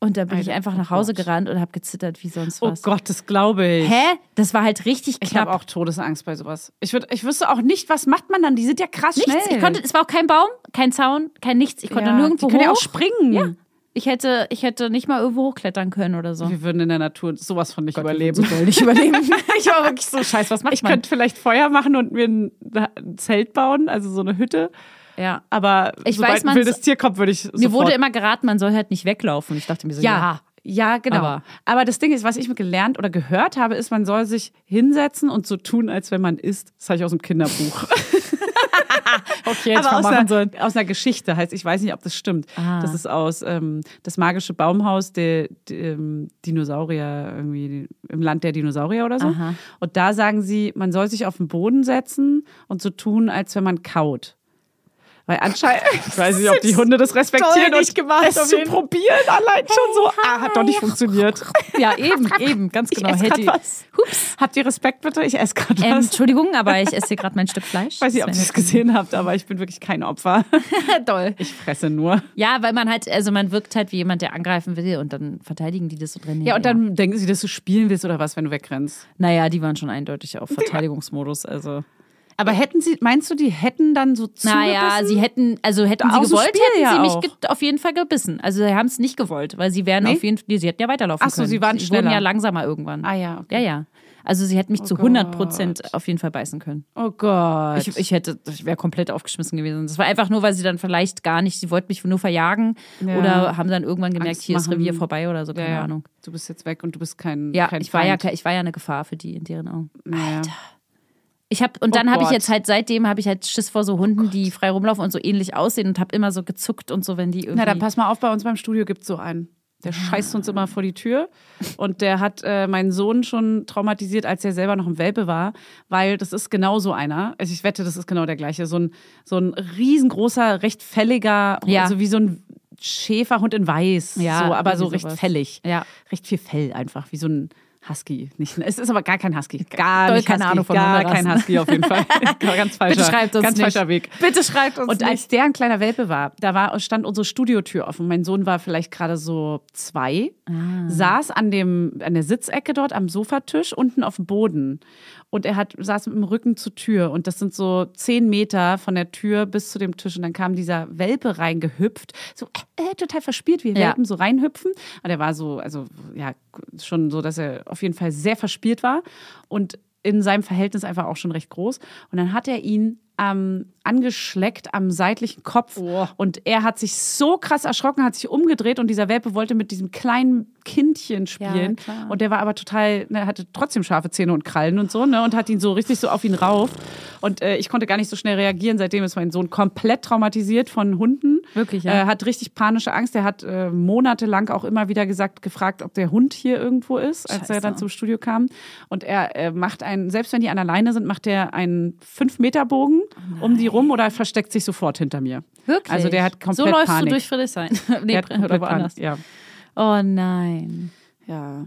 [SPEAKER 1] Und da bin ich
[SPEAKER 2] Alter,
[SPEAKER 1] einfach
[SPEAKER 2] oh
[SPEAKER 1] nach Hause
[SPEAKER 2] Gott.
[SPEAKER 1] gerannt und habe gezittert wie sonst
[SPEAKER 2] Oh
[SPEAKER 1] was.
[SPEAKER 2] Gott, das glaube ich.
[SPEAKER 1] Hä? Das war halt richtig
[SPEAKER 2] Ich habe
[SPEAKER 1] knapp.
[SPEAKER 2] auch Todesangst bei sowas. Ich, würd, ich wüsste auch nicht, was macht man dann? Die sind ja krass
[SPEAKER 1] nichts.
[SPEAKER 2] schnell.
[SPEAKER 1] Ich konnte, es war auch kein Baum, kein Zaun, kein nichts. Ich konnte
[SPEAKER 2] ja,
[SPEAKER 1] nirgendwo
[SPEAKER 2] die können ja auch
[SPEAKER 1] hoch.
[SPEAKER 2] springen.
[SPEAKER 1] Ja. ich hätte, ich hätte nicht mal irgendwo hochklettern können oder so.
[SPEAKER 2] Wir würden in der Natur sowas von nicht
[SPEAKER 1] So
[SPEAKER 2] überleben.
[SPEAKER 1] doll nicht überleben.
[SPEAKER 2] ich war wirklich so scheiße, was macht ich
[SPEAKER 1] man?
[SPEAKER 2] könnte vielleicht Feuer machen und mir ein, ein Zelt bauen, also so eine Hütte.
[SPEAKER 1] ja.
[SPEAKER 2] Aber
[SPEAKER 1] Ich
[SPEAKER 2] sobald
[SPEAKER 1] weiß,
[SPEAKER 2] ein
[SPEAKER 1] man's-
[SPEAKER 2] wildes Tier kommt, würde ich
[SPEAKER 1] Mir
[SPEAKER 2] sofort
[SPEAKER 1] wurde immer geraten, man soll halt nicht weglaufen. Ich dachte mir so, ja.
[SPEAKER 2] Ja, ja, genau.
[SPEAKER 1] Aber-
[SPEAKER 2] Aber, das Ding ist, was ich gelernt oder gehört habe, ist, man soll sich hinsetzen und so tun, als wenn man isst. Das habe ich aus dem Kinderbuch.
[SPEAKER 1] Okay,
[SPEAKER 2] Aber aus einer, aus einer Geschichte heißt, ich weiß nicht, ob das stimmt.
[SPEAKER 1] Ah.
[SPEAKER 2] Das ist aus ähm, das magische Baumhaus der, der ähm, Dinosaurier irgendwie im Land der Dinosaurier oder so.
[SPEAKER 1] Aha.
[SPEAKER 2] Und da sagen sie, man soll sich auf den Boden setzen und so tun, als wenn man kaut. Weil anscheinend. Ich weiß nicht, ob die
[SPEAKER 1] Jetzt
[SPEAKER 2] Hunde das respektieren
[SPEAKER 1] toll
[SPEAKER 2] und
[SPEAKER 1] nicht gemacht,
[SPEAKER 2] es
[SPEAKER 1] auf
[SPEAKER 2] zu
[SPEAKER 1] jeden Fall.
[SPEAKER 2] probieren allein schon so. Ah, hat doch nicht funktioniert.
[SPEAKER 1] Ja, eben, eben, ganz genau.
[SPEAKER 2] esse grad
[SPEAKER 1] Hätte.
[SPEAKER 2] was.
[SPEAKER 1] Hups.
[SPEAKER 2] Habt ihr Respekt bitte? Ich esse gerade
[SPEAKER 1] Ähm,
[SPEAKER 2] was.
[SPEAKER 1] Entschuldigung, aber ich esse hier gerade mein Stück Fleisch.
[SPEAKER 2] ich weiß nicht, ob ihr es gesehen habt, aber ich bin wirklich kein Opfer.
[SPEAKER 1] Doll.
[SPEAKER 2] Ich fresse nur.
[SPEAKER 1] Ja, weil man halt, also man wirkt halt wie jemand, der angreifen will und dann verteidigen die das und rennen.
[SPEAKER 2] Ja, und dann denken sie, dass du spielen willst oder was, wenn du wegrennst.
[SPEAKER 1] Naja, die waren schon eindeutig auf Verteidigungsmodus, also.
[SPEAKER 2] Aber hätten sie, meinst du, die hätten dann so zugebissen?
[SPEAKER 1] Naja, sie hätten, also hätten sie
[SPEAKER 2] Aus dem
[SPEAKER 1] gewollt,
[SPEAKER 2] Spiel
[SPEAKER 1] hätten sie
[SPEAKER 2] ja
[SPEAKER 1] mich
[SPEAKER 2] auch.
[SPEAKER 1] ge- auf jeden Fall gebissen. Also sie haben es nicht gewollt, weil sie wären
[SPEAKER 2] Nee?
[SPEAKER 1] auf jeden Fall, nee, sie hätten ja weiterlaufen
[SPEAKER 2] Ach so,
[SPEAKER 1] können.
[SPEAKER 2] sie waren
[SPEAKER 1] wurden
[SPEAKER 2] schneller.
[SPEAKER 1] ja langsamer irgendwann.
[SPEAKER 2] Ah ja, okay.
[SPEAKER 1] Ja, ja. Also sie hätten mich zu 100 Prozent auf jeden Fall beißen können.
[SPEAKER 2] Oh Gott.
[SPEAKER 1] Ich, ich hätte, ich wäre komplett aufgeschmissen gewesen. Das war einfach nur, weil sie dann vielleicht gar nicht, sie wollten mich nur verjagen
[SPEAKER 2] Ja.
[SPEAKER 1] oder haben dann irgendwann gemerkt,
[SPEAKER 2] Angst
[SPEAKER 1] hier ist
[SPEAKER 2] machen.
[SPEAKER 1] Revier vorbei oder so, keine
[SPEAKER 2] ja, ja.
[SPEAKER 1] Ahnung.
[SPEAKER 2] Du bist jetzt weg und du bist kein
[SPEAKER 1] Ja,
[SPEAKER 2] kein
[SPEAKER 1] ich war ja,
[SPEAKER 2] Feind.
[SPEAKER 1] ke- ich war ja eine Gefahr für die in deren Augen.
[SPEAKER 2] Naja.
[SPEAKER 1] Ich hab, und dann habe ich
[SPEAKER 2] Oh Gott.
[SPEAKER 1] jetzt halt seitdem habe ich halt Schiss vor so Hunden, die frei rumlaufen und so ähnlich aussehen und habe immer so gezuckt und so, wenn die irgendwie.
[SPEAKER 2] Na, dann pass mal auf, bei uns beim Studio gibt es so einen. Der scheißt uns immer vor die Tür. Und der hat äh, meinen Sohn schon traumatisiert, als er selber noch ein Welpe war, weil das ist genau so einer. Also ich wette, das ist genau der gleiche. So ein, so ein riesengroßer, recht fälliger,
[SPEAKER 1] Ja.
[SPEAKER 2] also wie so ein Schäferhund in Weiß.
[SPEAKER 1] Ja,
[SPEAKER 2] so, aber so
[SPEAKER 1] irgendwie
[SPEAKER 2] recht
[SPEAKER 1] sowas.
[SPEAKER 2] fällig.
[SPEAKER 1] Ja.
[SPEAKER 2] Recht viel Fell einfach, wie so ein Husky. Nicht, es ist aber gar kein Husky. Gar
[SPEAKER 1] Doll
[SPEAKER 2] nicht
[SPEAKER 1] keine
[SPEAKER 2] Husky.
[SPEAKER 1] Ahnung von
[SPEAKER 2] Gar
[SPEAKER 1] Hunderassen.
[SPEAKER 2] kein Husky auf jeden Fall. ganz falscher,
[SPEAKER 1] Bitte schreibt uns
[SPEAKER 2] ganz
[SPEAKER 1] nicht.
[SPEAKER 2] falscher Weg.
[SPEAKER 1] Bitte schreibt uns
[SPEAKER 2] Und als der ein kleiner Welpe war, da war, stand unsere Studiotür offen. Mein Sohn war vielleicht gerade so zwei,
[SPEAKER 1] Ah.
[SPEAKER 2] saß an, dem, an der Sitzecke dort am Sofatisch unten auf dem Boden. Und er hat, saß mit dem Rücken zur Tür. Und das sind so zehn Meter von der Tür bis zu dem Tisch. Und dann kam dieser Welpe reingehüpft. So äh, äh, total verspielt, wie
[SPEAKER 1] Ja.
[SPEAKER 2] Welpen so reinhüpfen. Aber der war so, also ja, schon so, dass er auf jeden Fall sehr verspielt war. Und in seinem Verhältnis einfach auch schon recht groß. Und dann hat er ihn ähm, angeschleckt am seitlichen Kopf. Und er hat sich so krass erschrocken, hat sich umgedreht und dieser Welpe wollte mit diesem kleinen Kindchen spielen.
[SPEAKER 1] klar.
[SPEAKER 2] und der war aber total, ne, hatte trotzdem scharfe Zähne und Krallen und so, ne? Und hat ihn so richtig so auf ihn rauf. Und äh, ich konnte gar nicht so schnell reagieren. Seitdem ist mein Sohn komplett traumatisiert von Hunden.
[SPEAKER 1] Wirklich, ja.
[SPEAKER 2] Äh, er hat richtig panische Angst. Er hat äh, monatelang auch immer wieder gesagt, gefragt, ob der Hund hier irgendwo ist, als
[SPEAKER 1] Scheiße.
[SPEAKER 2] er dann zum Studio kam. Und er äh, macht einen, selbst wenn die an der Leine sind, macht er einen 5-Meter-Bogen
[SPEAKER 1] Oh
[SPEAKER 2] um die rum oder versteckt sich sofort hinter mir.
[SPEAKER 1] wirklich.
[SPEAKER 2] Also der hat komplett
[SPEAKER 1] So läufst
[SPEAKER 2] Panik.
[SPEAKER 1] du durch Friedrichshain. nee,
[SPEAKER 2] Der hat
[SPEAKER 1] oder
[SPEAKER 2] komplett
[SPEAKER 1] woanders.
[SPEAKER 2] Panik, ja.
[SPEAKER 1] Oh nein.
[SPEAKER 2] ja.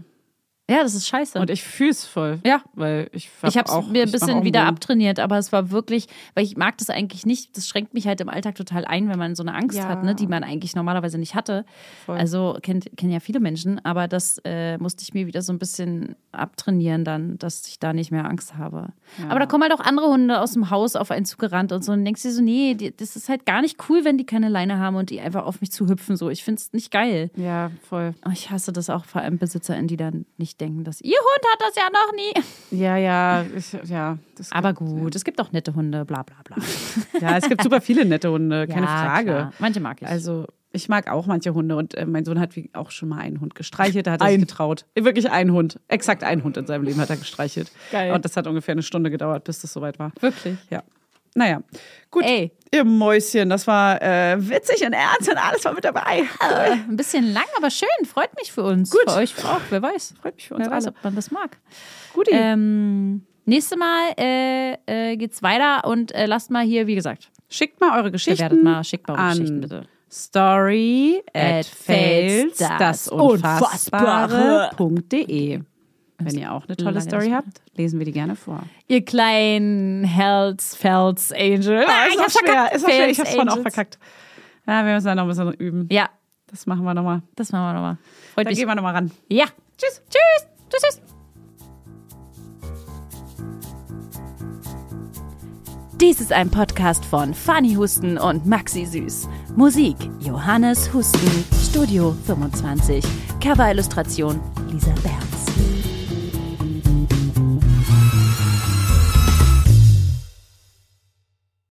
[SPEAKER 1] Ja, das ist scheiße.
[SPEAKER 2] Und ich fühle es voll.
[SPEAKER 1] Ja.
[SPEAKER 2] Weil ich hab
[SPEAKER 1] ich habe
[SPEAKER 2] auch,
[SPEAKER 1] mir ein
[SPEAKER 2] ich mach auch
[SPEAKER 1] bisschen
[SPEAKER 2] einen
[SPEAKER 1] wieder
[SPEAKER 2] Bogen.
[SPEAKER 1] abtrainiert, aber es war wirklich, weil ich mag das eigentlich nicht. Das schränkt mich halt im Alltag total ein, wenn man so eine Angst
[SPEAKER 2] Ja.
[SPEAKER 1] hat, ne, die man eigentlich normalerweise nicht hatte.
[SPEAKER 2] Voll.
[SPEAKER 1] Also kennt- kennen ja viele Menschen, aber das äh, musste ich mir wieder so ein bisschen abtrainieren, dann, dass ich da nicht mehr Angst habe. Aber da kommen halt auch andere Hunde aus dem Haus auf einen zugerannt und so und denkst dir so, nee, die, das ist halt gar nicht cool, wenn die keine Leine haben und die einfach auf mich zu hüpfen. So, ich finde es nicht geil.
[SPEAKER 2] Ja, voll.
[SPEAKER 1] Oh, Ich hasse das auch vor allem BesitzerInnen, die dann nicht denken, dass ihr Hund hat das ja noch nie.
[SPEAKER 2] Ja, ja, ich, ja. Das
[SPEAKER 1] Aber gut, es gibt auch nette Hunde, bla bla bla.
[SPEAKER 2] ja, es gibt super viele nette Hunde, keine
[SPEAKER 1] Ja,
[SPEAKER 2] Frage.
[SPEAKER 1] klar. Manche mag ich.
[SPEAKER 2] Also ich mag auch manche Hunde und äh, mein Sohn hat wie auch schon mal einen Hund gestreichelt, da hat er
[SPEAKER 1] Ein.
[SPEAKER 2] sich getraut. Äh, Wirklich einen Hund, exakt einen Hund in seinem Leben hat er gestreichelt.
[SPEAKER 1] Geil.
[SPEAKER 2] Und das hat ungefähr eine Stunde gedauert, bis das soweit war.
[SPEAKER 1] Wirklich?
[SPEAKER 2] Ja. Naja, gut.
[SPEAKER 1] Ey.
[SPEAKER 2] Ihr Mäuschen, das war äh, witzig und ernst und alles war mit dabei. Cool.
[SPEAKER 1] ein bisschen lang, aber schön, freut mich für uns.
[SPEAKER 2] Gut.
[SPEAKER 1] Für euch auch, wer weiß.
[SPEAKER 2] Freut mich für uns
[SPEAKER 1] Wer weiß,
[SPEAKER 2] alle.
[SPEAKER 1] ob man das mag.
[SPEAKER 2] Guti.
[SPEAKER 1] Ähm, nächste Mal äh, äh, geht's weiter und äh, lasst mal hier, wie gesagt,
[SPEAKER 2] schickt mal eure Geschichten.
[SPEAKER 1] bewertet mal, schickt mal eure
[SPEAKER 2] an
[SPEAKER 1] Geschichten bitte.
[SPEAKER 2] Story at
[SPEAKER 1] At fails
[SPEAKER 2] fails das unfassbare.de. Wenn ihr auch eine
[SPEAKER 1] Lange
[SPEAKER 2] tolle Story
[SPEAKER 1] nicht mehr.
[SPEAKER 2] habt, lesen wir die gerne vor.
[SPEAKER 1] Ihr kleinen Hells, Felds, Angel.
[SPEAKER 2] Ah, ist
[SPEAKER 1] ich
[SPEAKER 2] noch
[SPEAKER 1] hab's
[SPEAKER 2] schwer,
[SPEAKER 1] verkackt.
[SPEAKER 2] ist noch schwer. Ich
[SPEAKER 1] Fails
[SPEAKER 2] hab's vorhin auch
[SPEAKER 1] Angels.
[SPEAKER 2] verkackt. Ja, wir müssen da noch ein bisschen üben.
[SPEAKER 1] Ja,
[SPEAKER 2] Das machen wir nochmal.
[SPEAKER 1] das machen wir nochmal. Freut
[SPEAKER 2] Da
[SPEAKER 1] mich.
[SPEAKER 2] gehen wir nochmal ran.
[SPEAKER 1] Ja. Tschüss. Tschüss. Tschüss. Tschüss. Dies ist ein Podcast von Fanny Husten und Maxi Süß. Musik Johannes Husten, Studio 25, Cover-Illustration Lisa Berg.